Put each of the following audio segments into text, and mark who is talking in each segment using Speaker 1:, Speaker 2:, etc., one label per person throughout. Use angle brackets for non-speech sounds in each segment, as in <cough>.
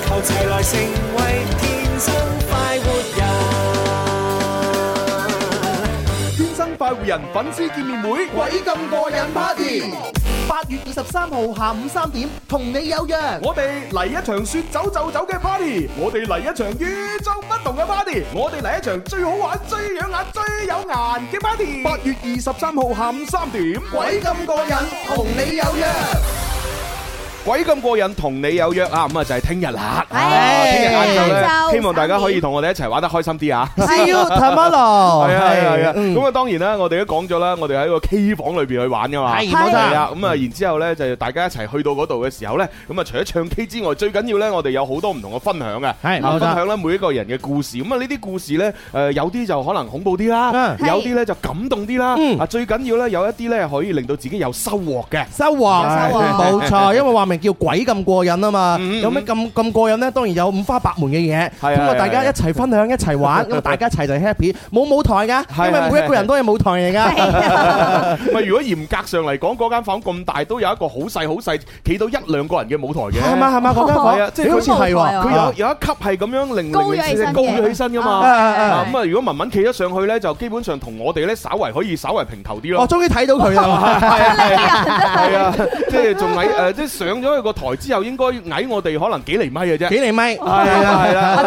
Speaker 1: 才成為天生快活人。
Speaker 2: 天生快活人粉絲見面會，鬼咁過癮 party，
Speaker 3: 八月二十三號下午三點，同你有約。
Speaker 2: 我哋嚟一場說走就走嘅 party，我哋嚟一場與眾不同嘅 party，我哋嚟一場最好玩、最養眼、最有顏嘅 party。八月二十三號下午三點，
Speaker 3: 鬼咁過癮，同你有約。
Speaker 2: 鬼咁過癮，同你有約啊！咁啊就係聽日啦，
Speaker 4: 係
Speaker 2: 啊聽日晏晝
Speaker 4: 晏晝
Speaker 2: 咧，希望大家可以
Speaker 4: 三點
Speaker 2: 同我哋一齊玩得開心
Speaker 3: <laughs>
Speaker 2: 啲啊！
Speaker 3: See you tomorrow。
Speaker 2: 係啊係啊，
Speaker 3: 嗯
Speaker 2: 咁啊當然啦，我哋都講咗啦，我哋喺個 K 房裏邊去玩噶嘛，
Speaker 3: 係冇錯
Speaker 2: 係啊，咁啊然之後咧就大家一齊去到嗰度嘅時候咧，咁啊除咗唱 K 之外，最緊要咧我哋有好多唔同嘅分享嘅，
Speaker 5: 係
Speaker 2: 啊
Speaker 5: 冇錯
Speaker 2: 分享咧每一個人嘅故事，咁啊呢啲故事咧誒有啲就可能恐怖啲啦，
Speaker 4: 嗯
Speaker 2: 有啲咧就感動啲啦
Speaker 3: 嗯，
Speaker 2: 啊最緊要咧有一啲咧可以令到自己有收穫 <laughs> 嘅。
Speaker 3: 收穫，
Speaker 4: 收穫
Speaker 3: 冇錯，因為話明叫鬼咁過癮啊嘛，
Speaker 2: 嗯嗯
Speaker 3: 有咩咁咁過癮呢？當然有五花八門嘅嘢，
Speaker 2: 係
Speaker 3: 咁啊
Speaker 2: 係
Speaker 3: 大家一齊分享，一齊
Speaker 2: <laughs>
Speaker 3: 玩，咁啊大家一齊就 happy，冇舞台㗎，
Speaker 2: 係
Speaker 3: 因為每一個人都係舞台嚟㗎，
Speaker 2: 唔啊係如果嚴格上嚟講，嗰間房咁大，都有一個好細好細，企到一兩個人嘅舞台嘅。
Speaker 3: 係嘛係嘛，嗰間
Speaker 2: 係啊
Speaker 3: 房，
Speaker 2: 即係
Speaker 3: 你好似係
Speaker 4: 佢
Speaker 3: 喎，
Speaker 2: 佢有有一級係啊咁樣令
Speaker 4: 高咗
Speaker 2: 令
Speaker 4: 起身嘅
Speaker 2: 高咗起身噶嘛。
Speaker 3: 啊啊
Speaker 2: 啊
Speaker 3: 啊
Speaker 2: 咁啊，如果文文企咗上去咧，就基本上同我哋咧，稍為可以稍為平頭
Speaker 3: 我
Speaker 2: 啲咯。
Speaker 3: 哦終於睇到佢啦，
Speaker 2: <laughs> 係啊係啊， <laughs> 係啊，即係仲矮誒，即係上咗去個台之後，應該矮我哋可能幾厘米嘅啫。
Speaker 3: 幾厘米，
Speaker 2: 係啦
Speaker 3: <laughs>
Speaker 2: 係
Speaker 4: Ờ,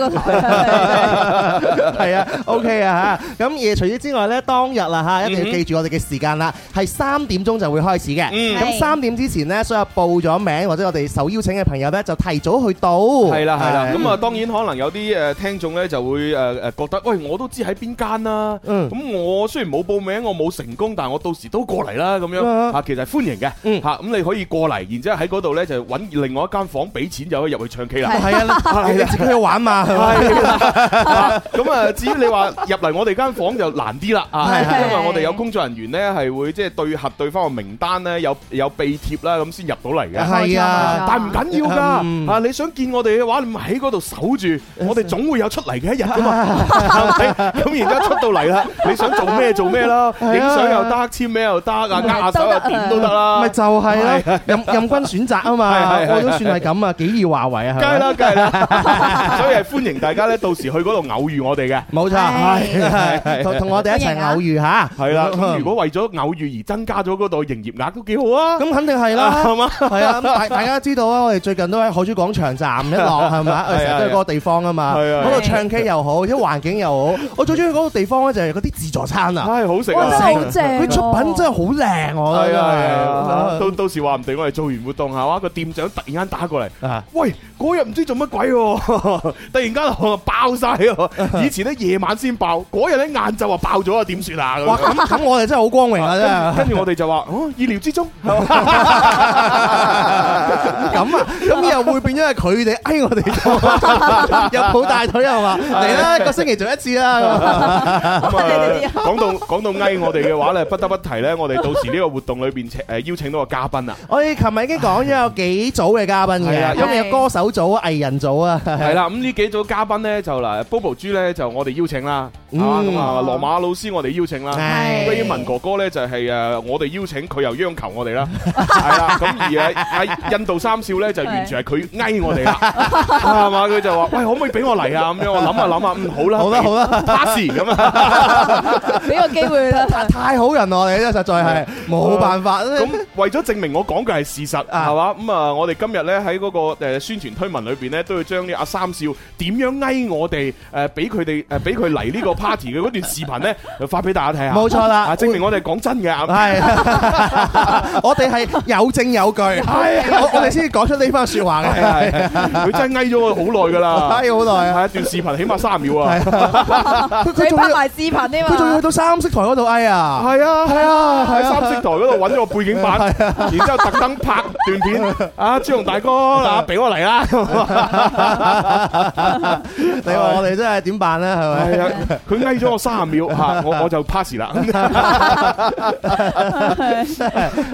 Speaker 2: 啦。
Speaker 3: ờ, <laughs> 係啊，OK 啊嚇。咁而除此之外咧，當日啦嚇，一定
Speaker 2: 嗯哼
Speaker 3: 要記住我哋嘅時間啦，係三點鐘就會開始嘅。
Speaker 2: 嗯
Speaker 3: 咁
Speaker 4: 係
Speaker 3: 三點之前呢，所有報咗名或者我哋受邀請嘅朋友呢，就提早去到。係
Speaker 2: 係啦係啦，咁啊當然可能有啲誒聽眾咧就會誒誒覺得，喂我都知喺邊間啦，
Speaker 3: 嗯
Speaker 2: 咁我雖然冇報名，我冇成功，但係我到時都過嚟啦，咁樣
Speaker 3: 啊
Speaker 2: 嚇，其實係歡迎嘅，
Speaker 3: 嗯
Speaker 2: 嚇咁你可以過嚟，然之後喺嗰度咧就揾另外一間房俾錢就可以入去唱 K 啦。 <laughs>
Speaker 3: 係啊，你你自己去玩嘛。係嘛
Speaker 2: 係啦，咁啊，至於你話入嚟我哋間房就難啲啦，啊，
Speaker 3: 係
Speaker 2: 因
Speaker 4: 係
Speaker 2: 為我哋有工作人員咧係會即係對核對翻個名單咧，有有秘貼啦，咁先入到嚟嘅。
Speaker 3: 係啊
Speaker 4: 冇錯冇錯，
Speaker 2: 但唔緊要㗎，
Speaker 3: 嗯
Speaker 2: 啊你想見我哋嘅話，你咪喺嗰度守住，我哋總會有出嚟嘅一日
Speaker 3: <laughs>
Speaker 2: 㗎嘛，係咪？咁然之後出到嚟啦，你想做咩做咩啦，
Speaker 3: 係啊嗯
Speaker 2: 影相又得，簽名又得，啊握下手又點都得啦
Speaker 3: 咪。就係咯，任任君選擇啊嘛
Speaker 2: 係係，係
Speaker 3: 我都算係咁啊，幾易華為啊，係咪
Speaker 2: 梗係，啦，梗
Speaker 3: <laughs>
Speaker 2: 係啦，所以係歡迎大家咧，到時去嗰度偶遇我哋嘅。
Speaker 3: 冇錯，
Speaker 4: 係
Speaker 2: 係係
Speaker 3: 係同同我哋一齊偶遇嚇，
Speaker 2: 係
Speaker 3: <laughs>
Speaker 2: 啦，咁如果為咗偶遇而增加咗嗰度營業額都幾好啊，
Speaker 3: 咁肯定係啦，
Speaker 2: <laughs> 係嘛？
Speaker 3: 係啊，咁大大家都知道啊，我哋最近都喺海珠廣場站一落係咪？我哋成日都去嗰個地方啊嘛，
Speaker 2: 係啊
Speaker 3: 嗰度唱 K 又好，啲環境又好。我最中意嗰個地方咧，就係嗰啲自助餐啊，
Speaker 2: 唉，好食
Speaker 4: 哇真
Speaker 2: 啊！
Speaker 4: 係好正
Speaker 3: 佢出品真係好靚，我覺
Speaker 2: 係
Speaker 3: 得
Speaker 2: 啊係啊，
Speaker 3: 真
Speaker 2: 到到時話唔定我哋做完活動係嘛，個店長突然間打過嚟，
Speaker 3: 係啊。
Speaker 2: 喂，嗰日唔知做乜鬼喎， <laughs> 突然間我爆晒喎，以前咧夜晚先爆，嗰日咧晏晝話爆咗啊，點算啊？
Speaker 3: 哇！
Speaker 2: 咁
Speaker 3: 咁咁我哋真係好光榮啊，
Speaker 2: <laughs>
Speaker 3: 真係。
Speaker 2: 跟住我哋就話，哦，意料之中，
Speaker 3: 咁啊，咁又會變咗係佢哋哎我哋
Speaker 2: <laughs>
Speaker 3: 做又抱大腿係嘛？嚟啦，一個星期做一次
Speaker 2: <laughs>
Speaker 3: 啦。
Speaker 2: 咁
Speaker 4: <laughs>
Speaker 2: 啊，講到講到翳我哋嘅話咧，不得不提咧，我哋到時呢個活動裏邊請誒邀請到個嘉賓啊。
Speaker 3: 我哋琴日已經講咗有幾組嘅嘉賓
Speaker 2: 係啊
Speaker 3: 嘅，因為有歌手組、藝人組啊。
Speaker 2: 系啦，咁呢幾組嘉賓咧就嗱，Bobo 豬咧就我哋邀請啦，係
Speaker 3: 嗯
Speaker 2: 嘛咁啊，羅馬老師我哋邀請啦。啊
Speaker 3: 係
Speaker 2: Raymond 哥哥咧就係誒我哋邀請，佢又央求我
Speaker 3: <laughs>
Speaker 2: 哋啦，係啦，咁而誒阿印度三少咧就完全係佢翳
Speaker 3: <laughs>
Speaker 2: 我哋啦，啊係嘛？佢就話：喂，可唔可以俾我嚟啊？咁樣我諗下諗下，嗯，好啦，
Speaker 3: 好啦好啦。
Speaker 2: pass 咁啊。
Speaker 4: Ờ,
Speaker 3: 太太好人我哋真係實在係冇辦法。
Speaker 2: 咁為咗證明我講嘅係事實，
Speaker 3: 啊
Speaker 2: 係嘛？咁啊，我哋今日咧喺嗰個誒呃宣傳推文裏邊咧，都要將呢阿三少點樣翳我哋誒，俾佢哋誒，俾佢嚟呢個 party 嘅嗰段視頻咧，就發俾大家睇下。
Speaker 3: 冇錯啦
Speaker 2: 啊，證明我哋係講真嘅啊。
Speaker 3: 係，我哋係有證有據，我我哋先至講出呢番説話
Speaker 2: 係
Speaker 3: 嘅，
Speaker 2: 係係佢真係翳呃咗我好耐㗎啦，
Speaker 3: 係好耐啊！
Speaker 2: 係一段視頻起碼三十秒啊。
Speaker 3: 佢佢仲要佢仲要去到三色台嗰度哎啊！
Speaker 2: 係啊，係啊，喺
Speaker 3: 係啊啊
Speaker 2: 三色台嗰度揾咗個背景板，然之後特登拍段片。啊，朱紅大哥，嗱，俾我嚟啦。
Speaker 3: 你話我哋真係點辦咧？係咪？
Speaker 2: 係啊，佢翳咗我三十秒嚇，我我就 pass 啦。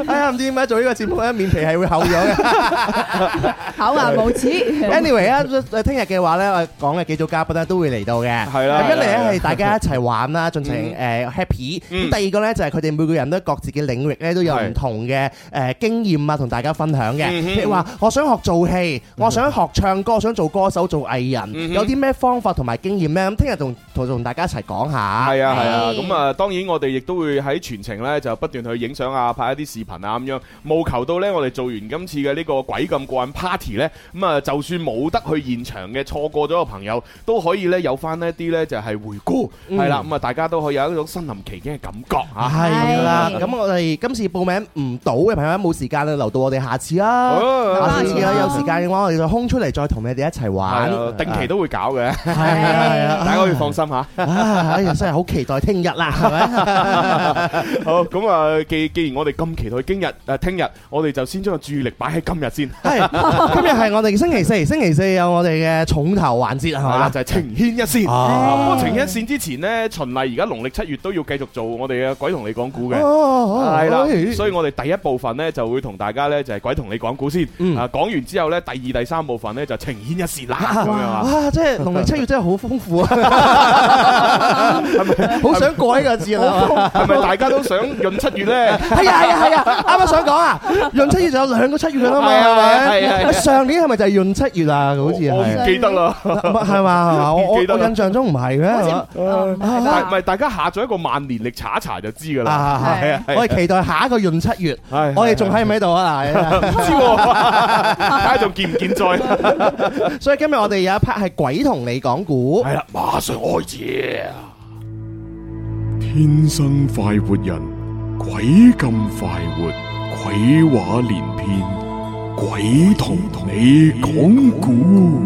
Speaker 3: 哎呀，唔知點解做呢個節目咧，面皮係會厚咗嘅。
Speaker 4: 厚顏無恥。
Speaker 3: Anyway 啊，誒聽日嘅話咧，我講嘅幾組嘉賓咧都會嚟到嘅。
Speaker 2: 係啦
Speaker 3: 咁一嚟咧
Speaker 2: 係啊啦
Speaker 3: 係大家一齊玩啦，盡情誒 happy。
Speaker 2: 嗯
Speaker 3: 咁第二個咧就係佢哋每個人都各自嘅領域咧都有
Speaker 2: 係
Speaker 3: 唔同嘅誒經驗啊，同大家分享嘅。
Speaker 2: 嗯哼
Speaker 3: 譬如話，我想學做戲，我想學唱歌，想做歌手、做藝
Speaker 2: 嗯
Speaker 3: 人，
Speaker 2: 哼
Speaker 3: 有啲咩方法同埋經驗咧？咁聽日同同同大家一齊講下。
Speaker 2: 係啊係啊，
Speaker 4: 係
Speaker 2: 咁啊當然我哋亦都會喺全程咧就不斷去影相啊，拍一啲視頻啊咁樣，務求到咧我哋做完今次嘅呢個鬼咁過癮 party 咧，咁啊就算冇得去現場嘅，錯過咗嘅朋友都可以咧有翻一啲咧就係回顧，
Speaker 3: 嗯
Speaker 2: 係啦，咁啊大家都可以有一種身臨其境嘅感覺啊！
Speaker 3: 係啦，
Speaker 4: 係
Speaker 3: 咁我哋今次報名唔到嘅朋友冇時間啦，啊留到我哋下次啦。下次啊，有時間嘅話，我哋就空出嚟再同你哋一齊玩
Speaker 2: 係啊，。定期都會搞
Speaker 3: <laughs>
Speaker 2: 嘅，
Speaker 3: 係啊係啊，
Speaker 2: 大家可以放心吓。
Speaker 3: 啊！哎呀，真係好期待聽日啦，係
Speaker 2: <laughs>
Speaker 3: 咪？
Speaker 2: 好，咁啊，既既然我哋咁期待今日誒聽日，我哋就先將個注意力擺喺今日先，
Speaker 3: 係今日係我哋星期四，星期四有我哋嘅重頭環節啊係
Speaker 2: 係啦，
Speaker 3: 嘛？
Speaker 2: 就係情牽一線。
Speaker 3: 啊
Speaker 2: 不過情牽一線之前呢，循例而家農曆七月都要繼續做我哋嘅鬼同你講古嘅。
Speaker 3: 哦
Speaker 2: 係啦，
Speaker 3: 以
Speaker 2: 所以我哋第一部分呢，就會同大家呢，就係鬼同你講古先，
Speaker 3: 嗯
Speaker 2: 啊講完之後呢，第二第三部分呢，就情牽一線啦咁樣啊，
Speaker 3: 啊，即係農曆七月真係好豐富啊！
Speaker 2: <laughs>
Speaker 3: 好想改個字啦。<laughs>
Speaker 2: 係咪大家都想闰七月呢？
Speaker 3: 係啊係啊係啊！啱啱想講啊，闰七月就有兩個七月啦嘛，係
Speaker 2: 係啊係啊
Speaker 3: 咪？
Speaker 2: 係啊
Speaker 3: 上年係咪就係闰七月啊？好似
Speaker 2: 我唔
Speaker 3: 係。
Speaker 2: 記得啦。
Speaker 3: 係嘛？係
Speaker 2: <laughs>
Speaker 3: 嘛我我
Speaker 2: 唔記得
Speaker 3: 我
Speaker 2: 啦
Speaker 3: 印象中唔係嘅，係嘛
Speaker 4: 哦係
Speaker 2: 但唔
Speaker 4: 吧
Speaker 2: 係大家下咗一個萬年歷查一查就知㗎
Speaker 3: 啊
Speaker 2: 啦。
Speaker 3: 啊
Speaker 2: 係啊
Speaker 3: 啊我哋期待下一個闰七月，
Speaker 2: 係
Speaker 3: 我哋仲喺唔喺度
Speaker 2: <laughs>
Speaker 3: 啊？嗱，
Speaker 2: 唔
Speaker 3: <laughs>
Speaker 2: 知喎，睇下仲健唔健在。
Speaker 3: 所以今日我哋有一 part 係鬼同你講古，
Speaker 2: 係啦，馬上開始。
Speaker 5: 天生快活人，鬼咁快活，鬼話連篇，鬼同你講古。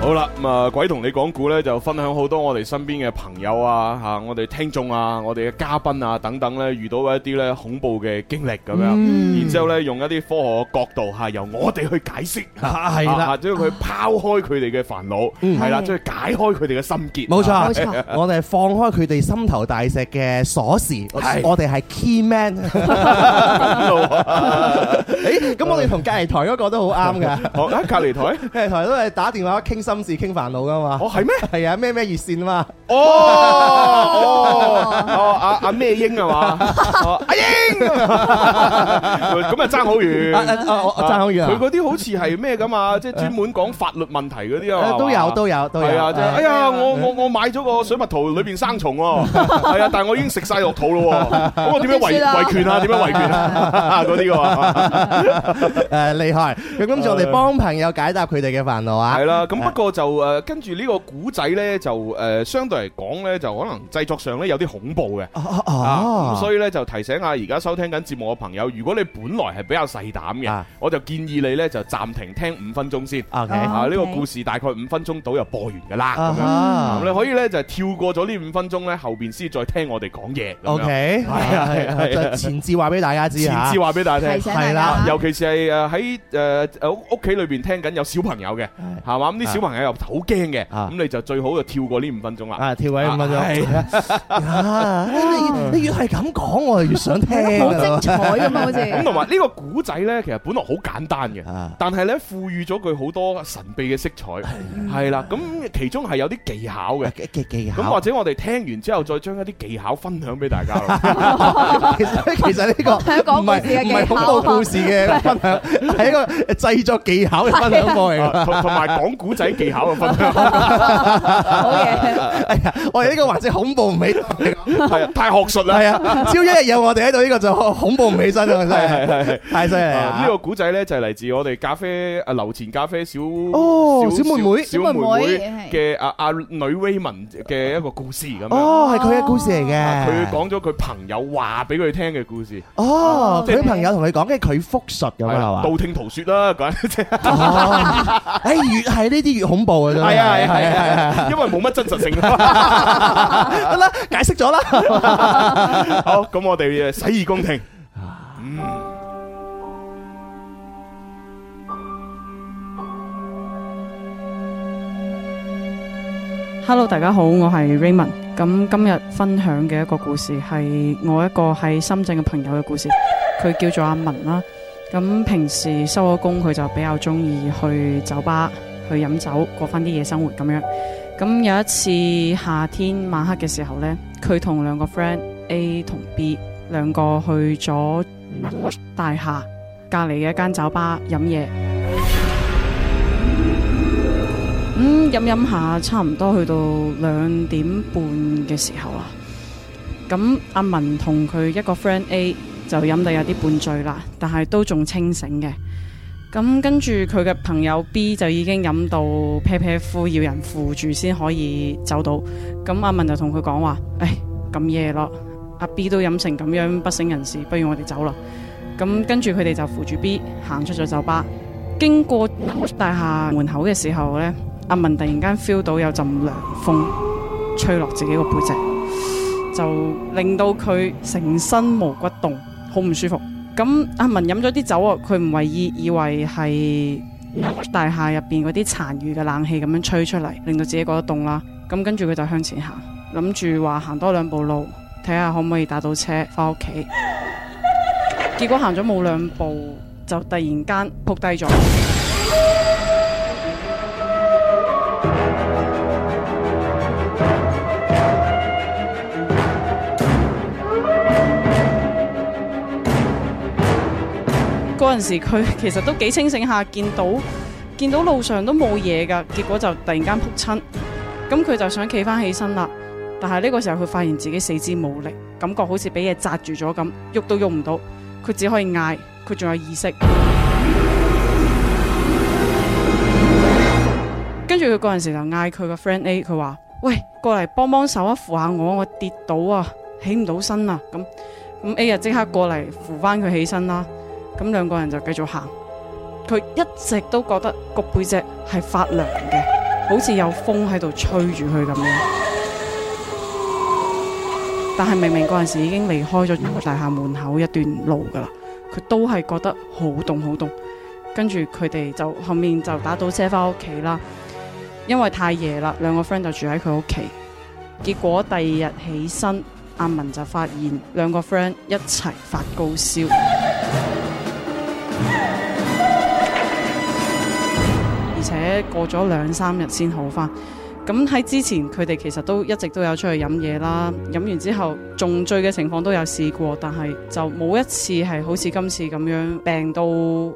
Speaker 2: 好啦，咁啊，鬼同你講故呢，就分享好多我哋身邊嘅朋友啊，吓、我哋聽眾啊，我哋嘅嘉賓啊等等呢，遇到一啲呢恐怖嘅經歷咁樣，
Speaker 3: 嗯
Speaker 2: 然之後咧用一啲科學嘅角度吓、由我哋去解釋，
Speaker 3: 啊係
Speaker 2: 啊
Speaker 3: 啦，
Speaker 2: 將佢拋開佢哋嘅煩惱，
Speaker 3: 嗯
Speaker 2: 係啦，
Speaker 4: 係
Speaker 2: 將佢解開佢哋嘅心結，
Speaker 3: 冇錯
Speaker 4: 冇錯，
Speaker 3: 啊 <laughs> 我哋放開佢哋心頭大石嘅鎖匙，
Speaker 2: 係
Speaker 3: 我哋係 key man。誒，咁我哋同隔離台嗰個都好啱㗎，
Speaker 2: <laughs> 好啊，隔離台，
Speaker 3: 隔離台都係打電話傾心事、傾煩惱㗎嘛。
Speaker 2: 哦係咩？
Speaker 3: 係啊，咩咩熱線
Speaker 2: <laughs>
Speaker 3: 啊嘛。
Speaker 2: 哦哦哦，阿阿咩英係嘛？哦阿英，咁啊爭好遠
Speaker 3: 啊。啊啊我我爭好遠
Speaker 2: 哦佢
Speaker 3: 啊
Speaker 2: 嗰啲好似係咩噶
Speaker 3: <laughs>
Speaker 2: 嘛，即係專門講法律問題嗰啲啊，
Speaker 3: 誒都有都有都有。
Speaker 2: 係啊，即係
Speaker 3: 誒
Speaker 2: 哎呀，我我我買咗個水蜜桃，裏邊生蟲喎， <laughs> 係啊，但係我已經食晒落肚
Speaker 3: <laughs>
Speaker 2: 咯喎，咁我點樣
Speaker 4: 點
Speaker 2: 維
Speaker 4: 算啊
Speaker 2: 維權啊？點樣維權啊？嗰
Speaker 3: <laughs>
Speaker 2: 啲喎，
Speaker 3: 誒厲害！咁跟住我哋幫朋友解答佢哋嘅煩惱啊
Speaker 2: 係。啦。咁不過就誒跟住呢個古仔咧，就誒相對嚟講咧，就可能製作上咧有啲恐怖嘅。
Speaker 3: 哦
Speaker 2: 啊，
Speaker 3: 哦
Speaker 2: 咁所以咧就提醒下而家收聽緊節目嘅朋友，如果你本來係比較細膽嘅
Speaker 3: 啊，
Speaker 2: 我就建議你咧就暫停聽五分鐘先。
Speaker 3: OK
Speaker 4: 啊
Speaker 2: 啊，呢個
Speaker 4: OK
Speaker 2: 故事大概五分鐘到就播完㗎啦。
Speaker 3: 啊
Speaker 2: 咁樣
Speaker 3: 哈
Speaker 2: 咁你可以咧就係跳過咗呢五分鐘咧，後邊先再聽我哋講嘢。咁樣
Speaker 3: OK 係啊係
Speaker 2: 係啊
Speaker 3: <laughs> 啊，就前置話俾大家知
Speaker 2: 前
Speaker 3: 啊
Speaker 2: 置。話俾大家
Speaker 4: 提
Speaker 2: 聽。
Speaker 4: 醒大
Speaker 3: 係
Speaker 4: 家
Speaker 3: 啦
Speaker 2: 尤其是係誒喺誒誒屋企裏邊聽緊有小朋友嘅，
Speaker 3: 係
Speaker 2: 係嘛？咁啲小朋友又好驚嘅，
Speaker 3: 啊
Speaker 2: 咁你就最好就跳過呢五分鐘啦。
Speaker 3: 啊，跳位五分鐘。
Speaker 2: 係
Speaker 3: 啊你你越係咁講，我就越想聽㗎
Speaker 4: <laughs> 好
Speaker 3: 啦
Speaker 4: 精彩咁啊，好似
Speaker 2: 咁同埋呢個古仔呢，其實本來好簡單嘅，
Speaker 3: 啊
Speaker 2: 但係呢，賦予咗佢好多神秘嘅色彩，係啦。咁其中係有啲技巧嘅。
Speaker 3: 嘅嘅技
Speaker 2: 咁或
Speaker 3: 巧，
Speaker 2: 者我哋聽完之後，再將一啲技巧分享俾大家咯。 <laughs>
Speaker 3: 其實其實呢個
Speaker 4: 香港
Speaker 3: 唔
Speaker 4: 故
Speaker 3: 係
Speaker 4: 事嘅
Speaker 3: 唔係
Speaker 4: 技
Speaker 3: 恐
Speaker 4: 巧
Speaker 3: 怖
Speaker 4: 啊
Speaker 3: 故事嘅分享，係一個製作技巧嘅分享過嚟
Speaker 2: <laughs>
Speaker 3: 㗎。 <laughs>
Speaker 2: 啊同同埋講古仔技巧嘅分享，
Speaker 4: 好嘢，
Speaker 3: 哎呀，我哋呢個環節恐怖唔起，
Speaker 2: 係 <laughs> 啊，太學術啦。
Speaker 3: 係啊，朝一日有我哋喺度，呢個就恐怖唔起身啊！真係
Speaker 2: 係係
Speaker 3: 太犀利
Speaker 2: 啊
Speaker 3: 啦
Speaker 2: 呢！個古仔呢，就係嚟自我哋咖啡啊樓前咖啡小
Speaker 3: 哦小妹妹
Speaker 2: 小妹妹
Speaker 4: 小妹妹
Speaker 2: 嘅啊啊女 Raymond 嘅一個故事咁樣。
Speaker 3: 哦，係佢嘅故事嚟
Speaker 2: 啊
Speaker 3: 嘅。
Speaker 2: 佢講咗佢朋友話俾佢聽嘅故事，
Speaker 3: 哦，
Speaker 4: 即係
Speaker 3: 佢朋友同佢講，跟住佢復述咁樣係嘛？
Speaker 2: 道聽途說啦，講即係
Speaker 3: 哦，誒越 <laughs> 係呢啲越恐怖啊！真
Speaker 2: 係啊係啊係
Speaker 3: 係
Speaker 2: 啊，因為冇乜真
Speaker 3: <laughs>
Speaker 2: 實性啦。
Speaker 3: 係得啦，解釋咗啦。
Speaker 2: 好，咁我哋誒洗耳恭聽。
Speaker 6: Hello，大家好，我係 Raymond。咁今日分享嘅一個故事係我一個喺深圳嘅朋友嘅故事，佢叫做阿文啦。咁平時收咗工，佢就比較中意去酒吧去飲酒，過翻啲夜生活咁樣。咁有一次夏天晚黑嘅時候呢，佢同兩個 friend A 同 B 兩個去咗大廈隔離嘅一間酒吧飲嘢。咁嗯飲飲下，差唔多去到兩點半嘅時候啊，咁阿文同佢一個 friend A 就飲到有啲半醉啦，但係都仲清醒嘅。咁跟住佢嘅朋友 B 就已經飲到啤啤呼，要人扶住先可以走到。咁阿文就同佢講話：，唉，咁夜咯，阿 B 都飲成咁樣不省人事，不如我哋走啦。咁跟住佢哋就扶住 B 行出咗酒吧，經過大廈門口嘅時候呢。阿文突然間 feel 到有陣涼風吹落自己個背脊，就令到佢成身毛骨凍，好唔舒服。咁阿文飲咗啲酒啊，佢唔為意，以為係大廈入邊嗰啲殘餘嘅冷氣咁樣吹出嚟，令到自己覺得凍啦。咁跟住佢就向前行，諗住話行多兩步路，睇下可唔可以打到車翻屋企。結果行咗冇兩步，就突然間仆低咗。嗰陣時佢其實都幾清醒下，見到見到路上都冇嘢㗎，結果就突然間撲親，咁佢就想企翻起身啦。但係呢個時候佢發現自己四肢冇力，感覺好似俾嘢扎住咗咁，喐都喐唔到，佢只可以嗌，佢仲有意識。跟住佢嗰陣時就嗌佢個 friend A，佢話：喂，過嚟幫幫手啊，扶下我，我跌倒啊，起唔到身啊！咁咁 A 就即刻過嚟扶翻佢起身啦。咁兩個人就繼續行。佢一直都覺得個背脊係發涼嘅，好似有風喺度吹住佢咁樣。但係明明嗰陣時已經離開咗大廈門口一段路㗎啦，佢都係覺得好凍好凍。跟住佢哋就後面就打到車返屋企啦，因為太夜啦，兩個 friend 就住喺佢屋企。結果第二日起身，阿文就發現兩個 friend 一齊發高燒。而且過咗兩三日先好翻。咁喺之前佢哋其實都一直都有出去飲嘢啦，飲完之後仲醉嘅情況都有試過，但係就冇一次係好似今次咁樣病到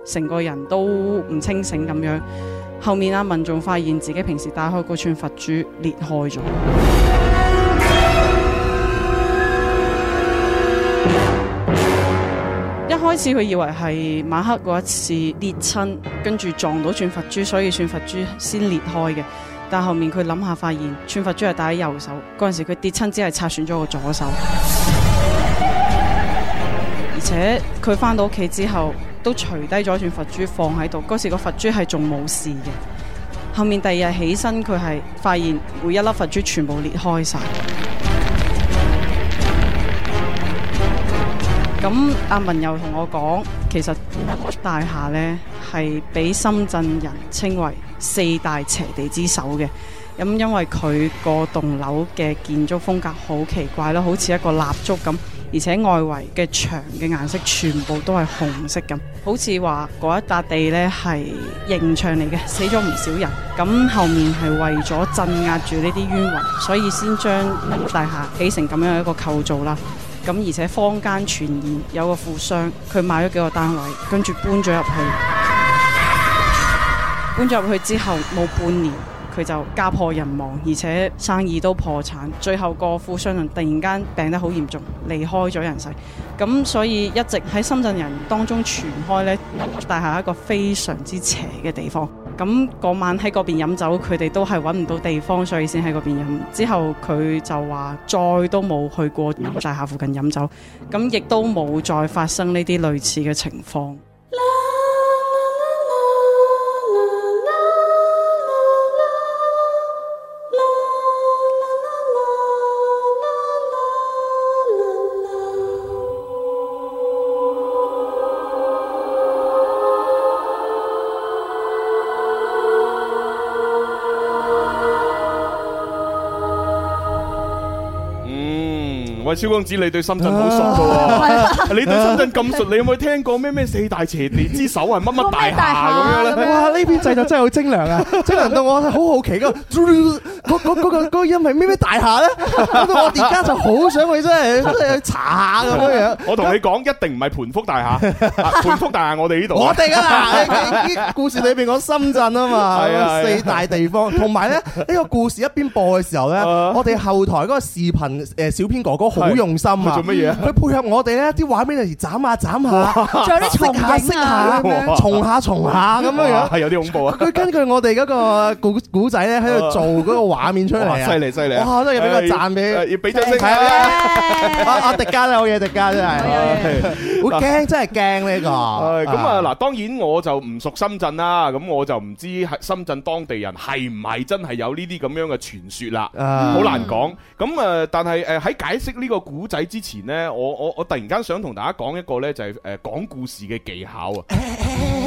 Speaker 6: 成個人都唔清醒咁樣。後面阿文仲發現自己平時戴開嗰串佛珠裂開咗。一開始佢以為係晚黑嗰一次跌親，跟住撞到串佛珠，所以串佛珠先裂開嘅。但後面佢諗下發現串佛珠係戴喺右手，嗰陣時佢跌親只係擦損咗個左手。而且佢翻到屋企之後，都除低咗串佛珠放喺度。嗰時個佛珠係仲冇事嘅。後面第二日起身，佢係發現每一粒佛珠全部裂開晒。咁阿文又同我講，其實大廈呢係俾深圳人稱為四大邪地之首嘅。咁因為佢個棟樓嘅建築風格好奇怪啦，好似一個蠟燭咁，而且外圍嘅牆嘅顏色全部都係紅色咁，好似話嗰一笪地呢係刑場嚟嘅，死咗唔少人。咁後面係為咗鎮壓住呢啲冤魂，所以先將大廈起成咁樣一個構造啦。咁而且坊間傳言有個富商，佢買咗幾個單位，跟住搬咗入去。搬咗入去之後冇半年，佢就家破人亡，而且生意都破產。最後個富商突然間病得好嚴重，離開咗人世。咁所以一直喺深圳人當中傳開呢，大廈係一個非常之邪嘅地方。咁嗰晚喺嗰邊飲酒，佢哋都係揾唔到地方，所以先喺嗰邊飲。之後佢就話再都冇去過大廈附近飲酒，咁亦都冇再發生呢啲類似嘅情況。
Speaker 2: 喂，蕭公子，你對深圳好熟
Speaker 3: <laughs>
Speaker 2: 噶喎， <laughs> 你對深圳咁熟，你有冇聽過咩咩四大邪地之首係乜乜大廈咁樣
Speaker 4: 乜乜大廈咁
Speaker 2: 咧？
Speaker 4: 樣
Speaker 3: 哇！呢邊製作真係好精良啊，
Speaker 2: <laughs>
Speaker 3: 精良到我好好奇嗰嗰嗰嗰個嗰個音係咩咩大廈咧？咁到我而家就好想去真係真係去查下咁樣樣。
Speaker 2: 我同你講，一定唔係盤福
Speaker 3: <laughs>
Speaker 2: 大廈，啊盤福大廈我哋呢度
Speaker 3: 我
Speaker 2: 啊。
Speaker 3: 哋啊嗱，故事裏邊講深圳啊嘛，
Speaker 2: 係啊係啊
Speaker 3: 四大地方，同埋咧呢個故事一邊播嘅時候咧，
Speaker 2: 啊
Speaker 3: 我哋後台嗰個視頻誒小編哥哥好用心
Speaker 2: 佢
Speaker 3: 啊
Speaker 2: 做，乜嘢啊？
Speaker 3: 佢配合我哋咧啲畫面嚟斬下斬下，
Speaker 4: 仲有啲重
Speaker 3: 下識
Speaker 4: 影
Speaker 3: 下
Speaker 4: 啊，咁樣
Speaker 2: 哇
Speaker 3: 重下重下咁樣樣。
Speaker 2: 係有啲恐怖啊！
Speaker 3: 佢根據我哋嗰個古古仔咧，喺度做嗰個畫面出嚟
Speaker 2: 哇，
Speaker 3: 啊！
Speaker 2: 犀利犀利啊！
Speaker 3: 哇真係要俾個讚俾
Speaker 2: 誒要俾掌聲。
Speaker 3: 係啊！
Speaker 4: 耶
Speaker 3: 阿阿迪加真係好嘢，迪加真係
Speaker 4: 好嘢
Speaker 3: <laughs> 好驚，真係驚呢個。
Speaker 2: 誒咁啊嗱，當然我就唔熟深圳啦，咁我就唔知係深圳當地人係唔係真係有呢啲咁樣嘅傳說啦。
Speaker 3: 啊
Speaker 2: 好難講。咁誒、呃但係誒喺解釋呢個古仔之前呢，我我我突然間想同大家講一個呢，就係、誒講故事嘅技
Speaker 3: <laughs>
Speaker 2: 巧啊。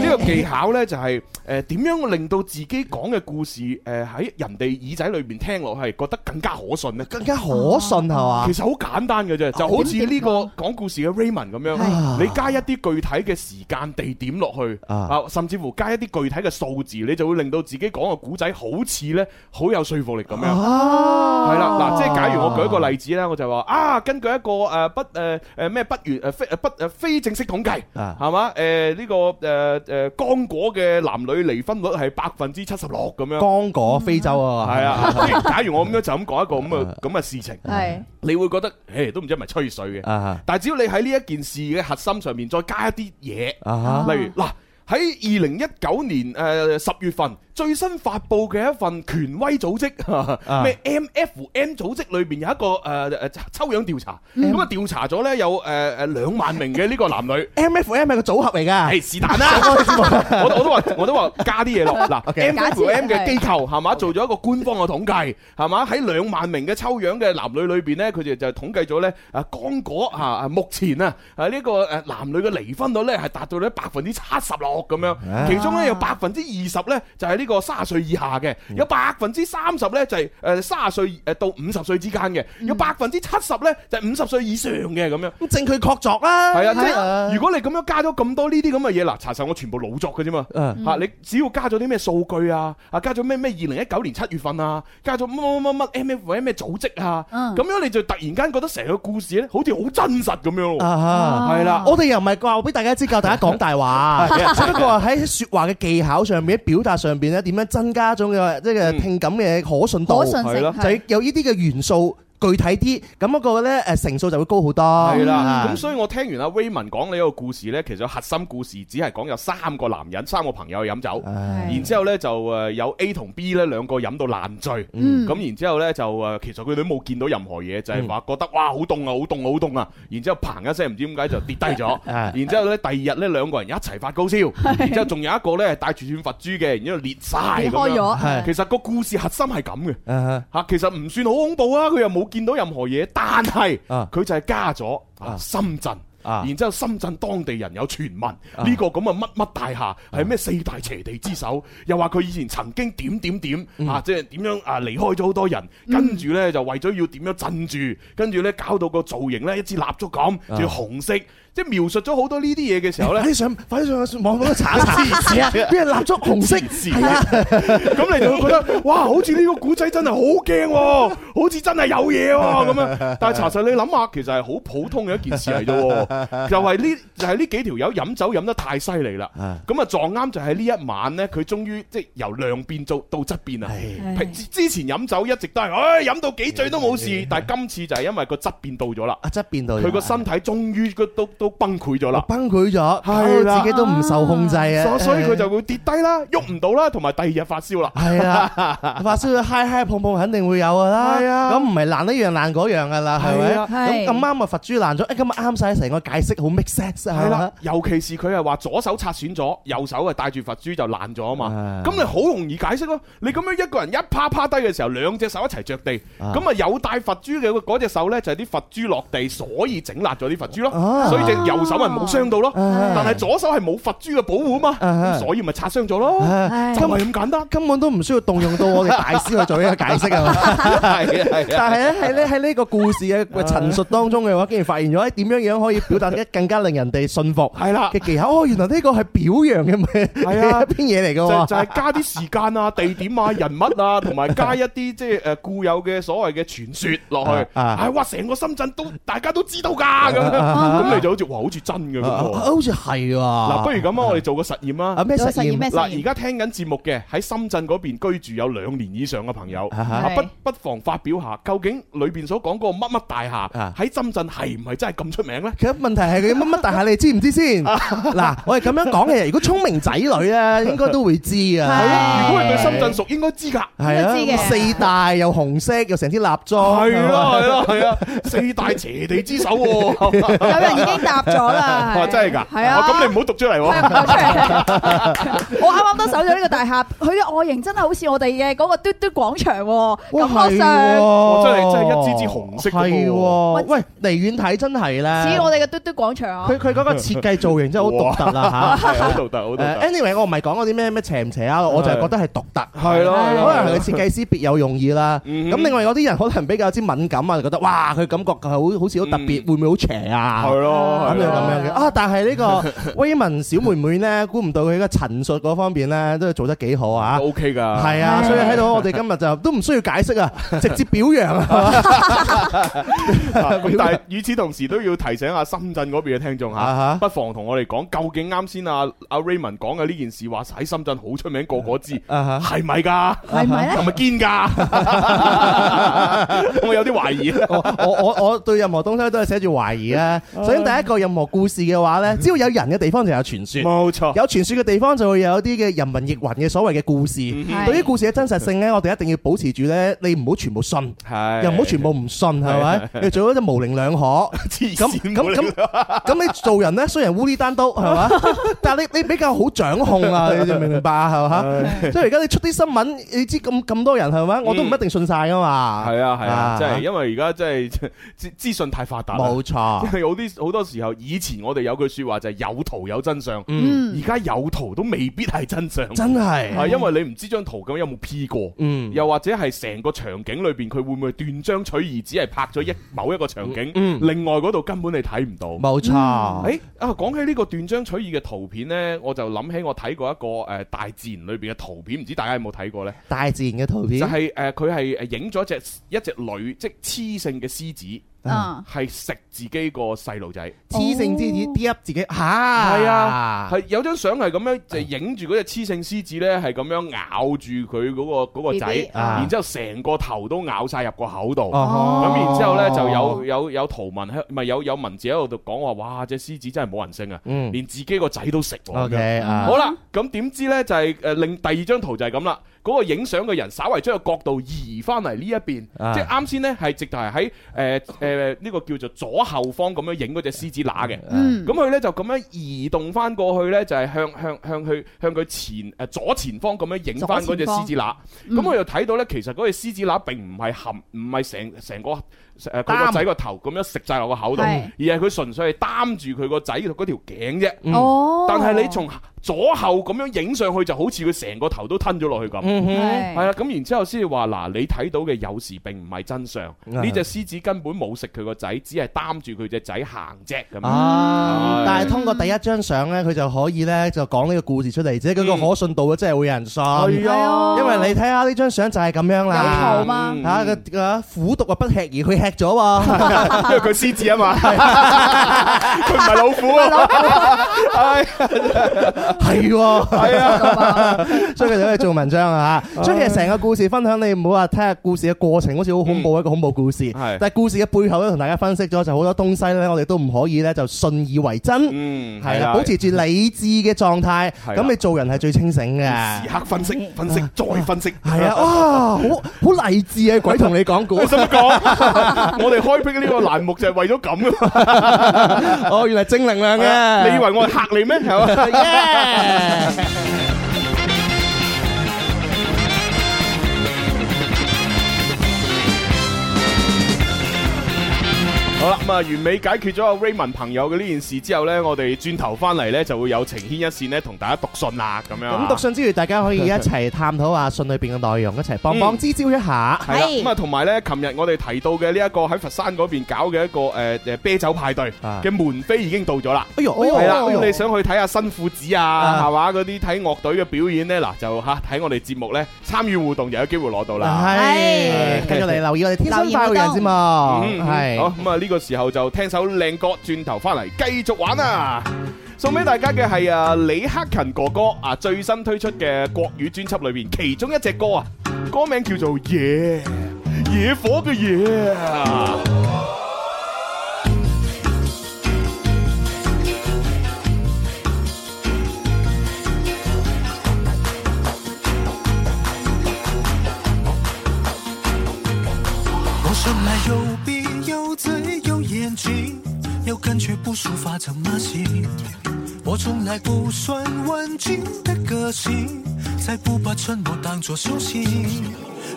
Speaker 2: 呢個技巧呢，就係誒點樣令到自己講嘅故事呃誒喺、人哋耳仔裏邊聽落係覺得更加可信呢。
Speaker 3: 更加啊可信係嘛
Speaker 2: 其？實好簡單嘅啫，就好似呢個講故事嘅 Raymond 咁樣，
Speaker 3: 係
Speaker 2: 你加一啲具體嘅時間、地點落去
Speaker 3: 啊
Speaker 2: 啊，甚至乎加一啲具體嘅數字，你就會令到自己講個古仔好似呢，好有說服力咁樣。
Speaker 3: 哦
Speaker 2: 係啦，嗱，即係假如我舉一個例子咧，我就話啊，根據一個誒不誒誒咩不完誒非誒不誒非正式統計，
Speaker 3: 啊
Speaker 2: 係嘛誒呢個誒誒剛果嘅男女離婚率係百分之七十六咁樣。
Speaker 3: 剛果非洲啊，<laughs>
Speaker 2: 係啊，即係假如我咁樣就咁講一個咁嘅
Speaker 3: 啊
Speaker 2: 咁嘅事情，
Speaker 4: 係
Speaker 2: 你會覺得，誒都唔知係咪吹水嘅。
Speaker 3: 啊
Speaker 2: 但係只要你喺呢一件事嘅核心上面再加一啲嘢，
Speaker 3: 啊
Speaker 2: 例如嗱喺二零一九年誒十月份最新發布嘅一份權威組
Speaker 3: 啊
Speaker 2: 織 <laughs> 咩 MFM 組織裏邊有一個誒誒抽樣調查，咁啊調查咗咧有誒誒兩萬名嘅呢個男女。
Speaker 3: M F M 係個組合嚟㗎，
Speaker 2: 係是但啦，我我都話我都話加啲嘢落嗱
Speaker 3: OK
Speaker 2: ，M F M 嘅機構係嘛做咗一個官方嘅統計係嘛喺兩萬名嘅抽樣嘅男女裏邊咧，佢哋就統計咗咧啊剛果啊啊目前啊啊呢個誒男女嘅離婚率咧係達到咧百分之七十六咁樣，其中咧有百分之二十咧就係呢個三十歲以下嘅，有百分之三十咧就係誒三十歲誒到五十歲之間嘅，有百分之七十咧就係五十歲以上嘅咁樣。
Speaker 3: 咁證據確鑿啦。
Speaker 2: 係啊，即係如果你咁樣加咗咁多呢啲咁嘅嘢，嗱，查實我全部老作嘅啫嘛，
Speaker 3: 嗯
Speaker 2: 嚇你只要加咗啲咩數據啊，啊加咗咩咩二零一九年七月份啊，加咗乜乜乜乜 M F 或者咩組織啊，
Speaker 4: 嗯
Speaker 2: 咁樣你就突然間覺得成個故事咧好似好真實咁樣咯，
Speaker 4: Ờ.
Speaker 3: 啊
Speaker 2: 係啦，
Speaker 3: 我哋又唔係話俾大家知教大家
Speaker 2: <laughs>
Speaker 3: 講大話，只不過喺説話嘅技巧上面、喺表達上邊咧，點樣增加一種嘅即係聽感嘅可信度，
Speaker 4: 可信
Speaker 2: 係咯
Speaker 4: 性
Speaker 3: 就
Speaker 4: 係
Speaker 3: 有呢啲嘅元素具體啲，咁嗰個咧誒成數就會高好多。
Speaker 2: 係
Speaker 3: 係
Speaker 2: 啦，咁所以我聽完阿 Raymond 講呢個故事咧，其實核心故事只係講有三個男人、三個朋友去飲酒。
Speaker 3: 啊
Speaker 4: 係
Speaker 2: 然之後呢，就誒有 A 同 B 呢兩個飲到爛醉，
Speaker 4: 嗯
Speaker 2: 咁然之後呢，就誒其實佢哋都冇見到任何嘢，就係話覺得哇好凍啊，好凍啊，好凍啊！然之後砰一聲唔知點解就跌低
Speaker 4: <laughs>
Speaker 2: 咗，
Speaker 3: 啊
Speaker 2: 然之後呢，第二日呢兩個人一齊發高燒，然之後仲有一個呢帶住串佛珠嘅，然之後裂晒
Speaker 4: 裂
Speaker 2: 咁
Speaker 4: 開
Speaker 2: 樣。
Speaker 4: 咗，
Speaker 3: 係
Speaker 2: 其實個故事核心係咁嘅
Speaker 3: 啊
Speaker 2: 嚇，其實唔算好恐怖啊，佢又冇見到任何嘢，但係
Speaker 3: 啊
Speaker 2: 佢就係加咗啊
Speaker 3: 啊
Speaker 2: 深圳。
Speaker 3: 啊
Speaker 2: 然之後深圳當地人有傳聞，呢個咁嘅乜乜大
Speaker 3: 啊
Speaker 2: 廈係咩四大邪地之首，又話佢以前曾經點點點
Speaker 3: 嗯
Speaker 2: 啊，即係點樣啊離開咗好多人，跟住呢就為咗要點樣鎮住，跟住呢搞到個造型呢一支蠟燭
Speaker 3: 啊
Speaker 2: 咁，仲要紅色，即係描述咗好多呢啲嘢嘅時候呢
Speaker 3: 快。啲上，快啲上網嗰度
Speaker 2: <laughs>
Speaker 3: 查一查，邊人蠟燭紅色？係啊，
Speaker 2: 咁你就會覺得哇，好似呢個古仔真係好驚喎，好似真係有嘢喎咁樣。但係查實你諗下，其實係好普通嘅一件事嚟啫喎，就係呢就係呢幾條友飲酒飲得太犀利啦。咁啊撞啱就係呢一晚呢，佢終於即係由量變做到質變啊！平之之前飲酒一直都係，唉飲到幾醉都冇事，但係今次就係因為個質變到咗啦，
Speaker 3: 啊側邊度
Speaker 2: 佢個身體終於都都都崩潰咗啦。
Speaker 3: 崩潰咗，搞
Speaker 2: 係啦
Speaker 3: 到自己都唔受控制啊！
Speaker 2: 所所以佢就會跌低啦，喐唔到啦，同埋第二日發燒啦。
Speaker 3: 係
Speaker 2: <laughs>
Speaker 3: 啦，發燒到嗨嗨碰碰肯定會有噶啦，
Speaker 2: 係啊
Speaker 3: 咁唔係爛呢樣爛嗰樣噶啦，係咪？
Speaker 2: 係啊
Speaker 4: 係
Speaker 3: 咁咁啱啊，佛珠爛咗，誒咁啊啱晒成個解釋好 make sense
Speaker 2: 系
Speaker 3: 係
Speaker 2: 啦
Speaker 3: 啦，，
Speaker 2: 尤其是佢係話左手擦損咗，右手啊戴住佛珠就爛咗啊嘛。
Speaker 3: 啊
Speaker 2: 咁你好容易解釋咯。你咁樣一個人一趴趴低嘅時候，兩隻手一齊着地，
Speaker 3: 啊
Speaker 2: 咁啊有戴佛珠嘅嗰隻手呢，就係啲佛珠落地，所以整爛咗啲佛珠咯。
Speaker 3: 啊
Speaker 2: 所以就隻右手咪冇傷到咯，
Speaker 3: 啊
Speaker 2: 但係左手係冇佛珠嘅保護嘛，
Speaker 3: 啊
Speaker 2: 咁所以咪擦傷咗咯，
Speaker 3: 啊
Speaker 2: 就係咁簡單。
Speaker 3: 根本都唔需要動用到我哋大師去做呢個解釋啊嘛。
Speaker 2: <laughs> 係啊係
Speaker 3: 但係咧喺呢喺呢個故事嘅陳述當中嘅話，竟然發現咗誒點樣樣可以表達得更加令人哋信服
Speaker 2: 係啦
Speaker 3: 嘅技巧。哦，原來呢個係表揚嘅
Speaker 2: 係啊
Speaker 3: 嘅 <laughs> 一篇嘢嚟
Speaker 2: 就
Speaker 3: 嘅
Speaker 2: 就係加啲時間啊、地點啊、人物
Speaker 3: <laughs>
Speaker 2: 啊，同埋加一啲即係誒呃固有嘅所謂嘅傳說落去。
Speaker 3: 啊啊
Speaker 2: 唉，哇！成個深圳都大家都知道㗎咁樣，咁你就好似哇，好似真嘅咁
Speaker 3: 喎。啊
Speaker 2: 喎。
Speaker 3: 好似係喎。
Speaker 2: 嗱，
Speaker 3: 嗱
Speaker 2: 不如咁啊，我哋做個實驗
Speaker 3: 啊
Speaker 2: 啊！
Speaker 3: 咩實
Speaker 4: 做實驗咩
Speaker 3: 驗？
Speaker 4: 實
Speaker 2: 嗱，
Speaker 4: 驗
Speaker 2: 而家聽緊節目嘅喺深圳嗰邊居住有兩年以上嘅朋友，
Speaker 3: 啊哈
Speaker 2: 啊
Speaker 4: 係
Speaker 2: 不不妨發表下，究竟裏邊所講嗰個乜乜大廈
Speaker 3: 啊
Speaker 2: 喺深圳係唔係真係咁出名呢？
Speaker 3: 其實問題係佢乜乜大廈，你知唔知
Speaker 4: <laughs>
Speaker 3: 先？嗱，我哋咁樣講嘅，如果聰明仔女啊咧，應該都會知
Speaker 4: 係
Speaker 3: 啊。
Speaker 2: 如果係對深圳熟，應該知㗎。
Speaker 3: 係
Speaker 4: 應該
Speaker 3: 啊，
Speaker 4: 知嘅
Speaker 3: 四大又紅色，又成支蠟燭。
Speaker 2: 係
Speaker 3: 係嘛
Speaker 2: 啦，
Speaker 3: <laughs>
Speaker 2: 係啦，係啊，四大邪地之首喎。 <laughs>
Speaker 4: 有人已經答咗啦，
Speaker 2: 哇！真係㗎，
Speaker 4: 係啊，
Speaker 2: 哦咁你唔好讀出嚟喎。
Speaker 4: 我
Speaker 3: 啊
Speaker 4: 我啱啱都守咗呢個大廈，佢嘅外形真係好似我哋嘅嗰個嘟嘟廣場喎，
Speaker 3: 哇
Speaker 4: 感覺上
Speaker 3: 係喎
Speaker 2: 真係真係一支支紅色嘅
Speaker 3: 係
Speaker 2: 喎
Speaker 3: 喎，喂，離遠睇真係咧。
Speaker 4: 似我哋嘅嘟嘟廣場啊
Speaker 3: 佢。佢嗰個設計造型真係好獨特啦嚇。
Speaker 2: 係好獨特，好獨
Speaker 3: 誒
Speaker 2: 特。
Speaker 3: anyway，我唔係講嗰啲咩咩邪唔邪啊，我就係覺得係獨特。
Speaker 2: 係咯係咯
Speaker 3: 可能係佢設計師別有用意啦。
Speaker 2: 嗯
Speaker 3: 咁另外有啲人可能比較之敏感啊，就覺得哇，佢感覺佢好好似好特別，
Speaker 2: 嗯
Speaker 3: 會唔會好邪啊？
Speaker 2: 係咯，
Speaker 3: 咁
Speaker 2: 係
Speaker 3: 樣
Speaker 2: 咯
Speaker 3: 咁樣嘅啊！但係呢個
Speaker 2: <laughs>
Speaker 3: 威文小妹妹呢，估唔到佢嘅陳述嗰方面呢，都做得幾好啊！
Speaker 2: OK 㗎。
Speaker 3: 係啊，
Speaker 2: <laughs>
Speaker 4: 係
Speaker 3: 所以喺度我哋今日就 <laughs> 都唔需要解釋啊，直接表揚
Speaker 2: <laughs>
Speaker 3: 啊！
Speaker 2: 啊咁但係與此同時都要提醒下深圳嗰邊嘅聽眾
Speaker 3: 啊
Speaker 2: 嚇，
Speaker 3: 哈
Speaker 2: 不妨同我哋講究竟啱先啊阿 Raymond 講嘅呢件事話喺深圳好出名，個個知
Speaker 3: 啊
Speaker 2: 係咪㗎？
Speaker 4: 係咪咧
Speaker 2: 係咪
Speaker 3: <laughs>
Speaker 2: 堅㗎？我有啲懷疑。
Speaker 3: 我我我我對任何東西都係寫住懷疑
Speaker 2: <laughs>
Speaker 3: 啊！首先第一個任何故事嘅話呢，只要有人嘅地方就有傳說。
Speaker 2: 冇錯，
Speaker 3: <laughs> 有傳說嘅地方就會有一啲嘅人民亦云嘅所謂嘅故事。
Speaker 4: 哼
Speaker 3: 對於故事嘅真實
Speaker 2: <laughs>
Speaker 3: 性呢，我哋一定要保持住呢：你唔好全部信，
Speaker 2: 係
Speaker 3: 又唔好全部唔信，係咪？你最好就模棱兩
Speaker 2: <laughs>
Speaker 3: 可。
Speaker 2: 黐
Speaker 3: 咁
Speaker 2: 線
Speaker 3: 咁咁咁，你做人咧雖然烏哩單刀係嘛，
Speaker 2: <laughs>
Speaker 3: 但係你你比較好掌控啊，你明唔明白啊？係嘛，即係而家你出啲新聞，你知咁咁多人係嘛，我都唔一定信晒噶嘛。
Speaker 2: 係啊係啊，即係因為而家真係資資訊太發達啦。 <laughs>
Speaker 3: 冇錯，
Speaker 2: 因為有啲好多時候，以前我哋有句説話就係有圖有真相，
Speaker 3: 嗯，
Speaker 2: 而家有圖都未必係真相，
Speaker 3: 真係，
Speaker 2: 係因為你唔知張圖咁有冇 P 過，
Speaker 3: 嗯
Speaker 2: 又或者係成個場景裏邊佢會唔會斷章取義，只係拍咗一某一個場景，
Speaker 3: 嗯
Speaker 2: 另外嗰度根本你睇唔到。
Speaker 3: 冇錯，
Speaker 2: 誒啊！講起呢個斷章取義嘅圖片呢，我就諗起我睇過一個誒、呃大自然裏邊嘅圖片，唔知大家有冇睇過呢？
Speaker 3: 大自然嘅圖
Speaker 2: 就
Speaker 3: 片
Speaker 2: 係誒佢係誒影咗隻一隻女，即係雌性嘅獅子，
Speaker 4: 啊，
Speaker 2: 係食自己個細路仔。
Speaker 3: 雌性之子 D 自己嚇，係
Speaker 2: 係啊，係有張相係咁樣，就
Speaker 3: 嗯
Speaker 2: 影住嗰只雌性獅子呢，係咁樣咬住佢嗰個嗰個
Speaker 4: BB
Speaker 2: 仔，
Speaker 3: 啊
Speaker 2: 然之後成個頭都咬晒入個口度。
Speaker 3: 哦
Speaker 2: 咁然之後呢，就有有有圖文喺，唔係有有文字喺度講話，哇！只獅子真係冇人性啊，
Speaker 3: 嗯
Speaker 2: 連自己個仔都食喎。咁樣
Speaker 3: OK 啊，
Speaker 2: 好啦，咁點知呢？就係誒另第二張圖就係咁啦。嗰個影相嘅人稍為將個角度移翻嚟呢一邊，
Speaker 3: 啊
Speaker 2: 即係啱先呢，係直頭係喺誒誒呢個叫做左後方咁樣影嗰隻獅子乸嘅。
Speaker 4: 嗯，
Speaker 2: 咁佢呢就咁樣移動翻過去呢，就係向向向佢向佢前誒、呃左前方咁樣影翻嗰隻獅子乸。咁我又睇到呢，其實嗰隻獅子乸並唔係含，唔係成成個誒佢個
Speaker 3: 擔
Speaker 2: 仔個頭咁樣食晒落個口度，
Speaker 4: 係
Speaker 2: 而係佢純粹係擔住佢個仔嗰條頸啫。
Speaker 3: 嗯
Speaker 4: 哦，
Speaker 2: 但係你從左後咁樣影上去，就好似佢成個頭都吞咗落去咁。
Speaker 3: 嗯哼，
Speaker 2: 係
Speaker 4: 係
Speaker 2: 啦，咁然之後先至話嗱，你睇到嘅有時並唔係真相，
Speaker 3: 啊
Speaker 2: 呢只獅子根本冇食佢個仔，只係擔住佢隻仔行啫咁樣。
Speaker 3: 啊
Speaker 4: 嗯
Speaker 2: 係！
Speaker 3: 但係通過第一張相咧，佢就可以咧就講呢個故事出嚟，即係嗰個可信度啊真係會有人信。
Speaker 4: 嗯係啊
Speaker 3: 因為你睇下呢張相就係咁樣啦。
Speaker 4: 有圖嘛
Speaker 2: 嗯
Speaker 3: 嚇個個苦毒啊不吃而佢吃咗喎，
Speaker 2: 因 <laughs> 為佢獅子
Speaker 3: <laughs>
Speaker 2: 啊嘛，佢唔係老虎啊，係
Speaker 3: 係喎，
Speaker 2: 係啊，
Speaker 3: 所以佢就可以做文章啊嚇。所以其實成個故事分享，你唔好話睇下故事嘅過程好似好恐怖一個恐怖故事，
Speaker 2: 嗯係
Speaker 3: 但係故事嘅背後咧同大家分析咗就好多東西咧，我哋都唔可以咧就信以為真，
Speaker 2: 嗯，
Speaker 3: 係啦，保持住理智嘅狀態，
Speaker 2: 係啦啊
Speaker 3: 咁你做人係最清醒嘅
Speaker 2: 時。刻分析、分析再分析，
Speaker 3: 系嗯啊，哇，好好勵志啊！鬼同你講故
Speaker 2: <laughs> 我，使乜講？ <laughs> 我哋開闢呢個欄目就係為咗
Speaker 3: <laughs>
Speaker 2: 咁㗎嘛
Speaker 3: 哦，原來正能量嘅，
Speaker 2: 你以為啊我係嚇你咩？係嘛？ <laughs>
Speaker 3: 耶
Speaker 2: 好好啦，咁啊，完美解決咗阿 Raymond 朋友嘅呢件事之後呢，我哋轉頭翻嚟呢，就會有情牽一線呢，同大家讀信啦，咁樣
Speaker 3: 咁
Speaker 2: 啊。
Speaker 3: 讀信之餘，大家可以一齊探討下信裏邊嘅內容，一齊幫幫
Speaker 2: 嗯
Speaker 3: 支招一下。
Speaker 2: 係啦，
Speaker 7: 係
Speaker 2: 咁啊，同埋呢，琴日我哋提到嘅呢一個喺佛山嗰邊搞嘅一個呃誒誒啤酒派對
Speaker 3: 啊
Speaker 2: 嘅門飛已經到咗啦。
Speaker 3: 哎呦，
Speaker 2: 系
Speaker 3: 係
Speaker 2: 啦，咁你想去睇下新褲子啊，
Speaker 3: 啊
Speaker 2: 係嘛嗰啲睇樂隊嘅表演呢，嗱就吓睇我哋節目呢，參與互動就有機會攞到啦。
Speaker 3: 係繼續嚟留意我哋天生快活人節目，
Speaker 2: 嗯，好
Speaker 3: 係
Speaker 2: 咁啊！呢個時候就聽首靚歌，轉頭翻嚟繼續玩啊！送俾大家嘅係啊李克勤哥哥啊最新推出嘅國語專輯裏邊其中一隻歌啊，歌名叫做《野野火嘅野》啊。
Speaker 8: 我生来有病，有嘴有眼睛，要感觉不抒发怎么行？我从来不算文静的个性，才不把沉默当作修行。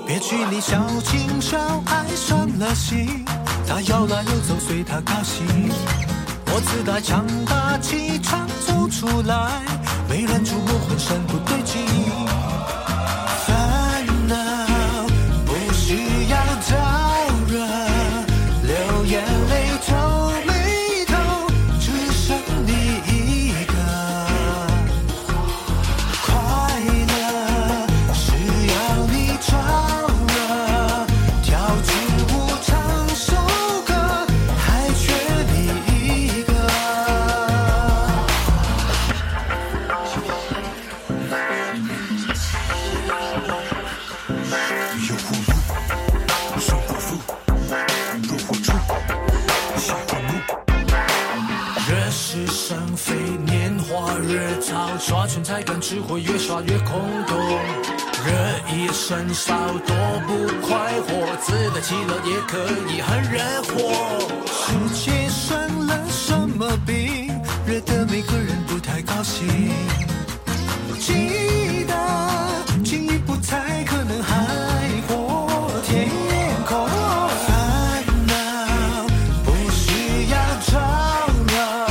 Speaker 8: 别去理小情小爱伤了心，他要来又走，随他高兴。我自带强大气场走出来，没人注目，浑身不对劲。烦恼不需要招惹，流眼泪皱眉头，只剩你一个。快乐是要你唱了，跳支舞唱首歌，还缺你一个。越是生非年华越早，耍蠢才敢吃亏，越耍越空洞。惹一身骚多不快活，自得其乐也可以很人活。世界生了什么病，惹得每个人不太高兴。记得进一步才可能还活。天空烦恼不需要吵闹，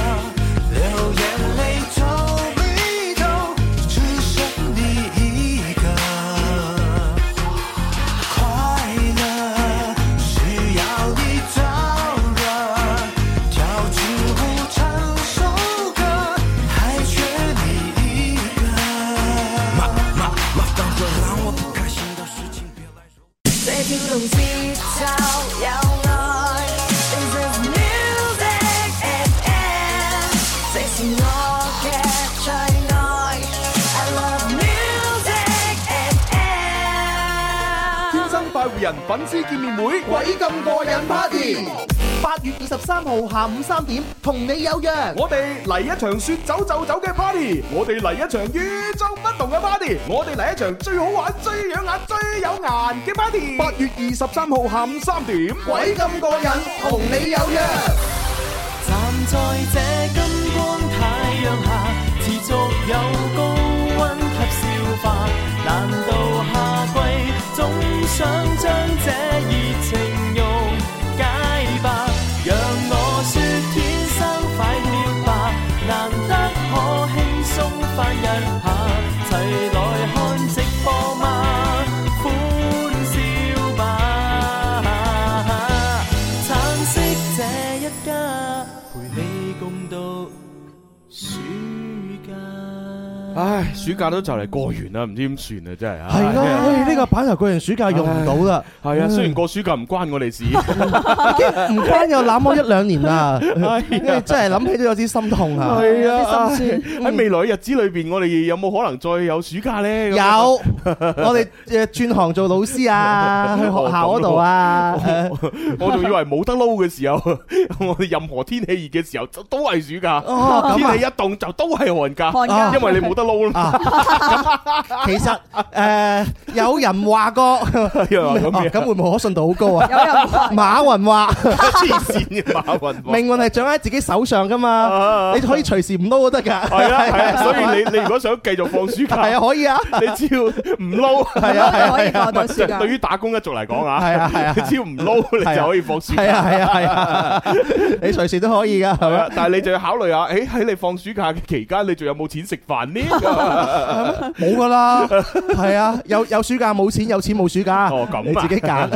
Speaker 8: 流眼泪皱眉头，只剩你一个。快乐是要你招惹，跳支舞唱首歌，还缺你一个。麻麻麻烦会让我不开心的事情别来说。
Speaker 1: 這跳動節奏有愛，This is music FM，這是我嘅最愛，I love music FM。
Speaker 2: 天生快活人粉絲見面會，鬼咁過癮 party，
Speaker 3: 八月二十三號下午三點，同你有約。
Speaker 2: 我哋嚟一場說走就走嘅 party，我哋嚟一場與眾不同嘅 party，我哋嚟一場最好玩、最養眼、最有顏嘅 party。八月二十三號下午三點，鬼咁過癮，同你有約。
Speaker 8: 站在這金光太陽下，持續有高温及消化。難道夏季總想將這熱情溶解吧？讓我説天生快活吧，難得可輕鬆翻一下，齊來看直播嗎？歡笑吧！橙色這一家，陪你共度暑假。
Speaker 2: 唉，暑假都就嚟過完啦，唔知點算啊，真係啊。
Speaker 3: 係咯，唉呢個板頭過完暑假用唔到啦，
Speaker 2: 係啊，雖然過暑假唔關我 <laughs> 哋事，
Speaker 3: 唔關又攬我一兩年啦，真 <laughs> 係諗起都有啲心痛
Speaker 2: <laughs>
Speaker 3: 啊！
Speaker 2: 係啊，喺未來嘅日子裏邊，我哋有冇可能再有暑假呢？咁
Speaker 3: 有，我哋誒轉行做老師 <laughs> 啊，去學校嗰度啊，誒
Speaker 2: 我仲以為冇得撈嘅時候， <laughs> 我哋任何天氣熱嘅時候都都係暑假，
Speaker 3: 哦咁啊
Speaker 2: 天氣一凍就都係寒假，
Speaker 4: 寒假
Speaker 2: 因為你冇得得撈啦，
Speaker 3: 啊，咁其實诶有人話過，
Speaker 2: <laughs>
Speaker 3: 哦
Speaker 2: 又話
Speaker 3: 咁
Speaker 2: 咁樣
Speaker 3: 會唔會可信度好 <laughs> 高啊？
Speaker 4: 有人話
Speaker 3: 馬雲 <laughs> 話。
Speaker 2: 黐線嘅馬雲話。
Speaker 3: 命運係掌握喺自己手上噶嘛
Speaker 2: 啊，
Speaker 3: 你可以隨時唔撈都得㗎。
Speaker 2: 係啊係啊，所以你你如果想繼續放 <laughs> 暑
Speaker 3: 係
Speaker 2: 假，
Speaker 3: 啊，可以啊，
Speaker 2: 你只要唔撈。
Speaker 3: 係啊，係啊
Speaker 4: 可以講到
Speaker 2: 即
Speaker 4: 暑
Speaker 2: 係
Speaker 4: 假。
Speaker 2: <laughs> 對於打工一族嚟講啊，
Speaker 3: 係啊係啊
Speaker 2: <laughs> 你只要唔撈，
Speaker 3: 係啊
Speaker 2: 你就可以放暑
Speaker 3: 係
Speaker 2: 假。
Speaker 3: 啊，係啊，係
Speaker 2: <laughs>
Speaker 3: 啊，你隨時都可以㗎，係
Speaker 2: 係
Speaker 3: 咪
Speaker 2: 啊？但係你就要考慮下，誒喺你放暑假嘅期間，你仲有冇錢食飯呢？ <laughs>
Speaker 3: 冇㗎啦，係啊，有有暑假冇錢，有錢冇暑假，
Speaker 2: 哦咁啊
Speaker 3: 你自己揀。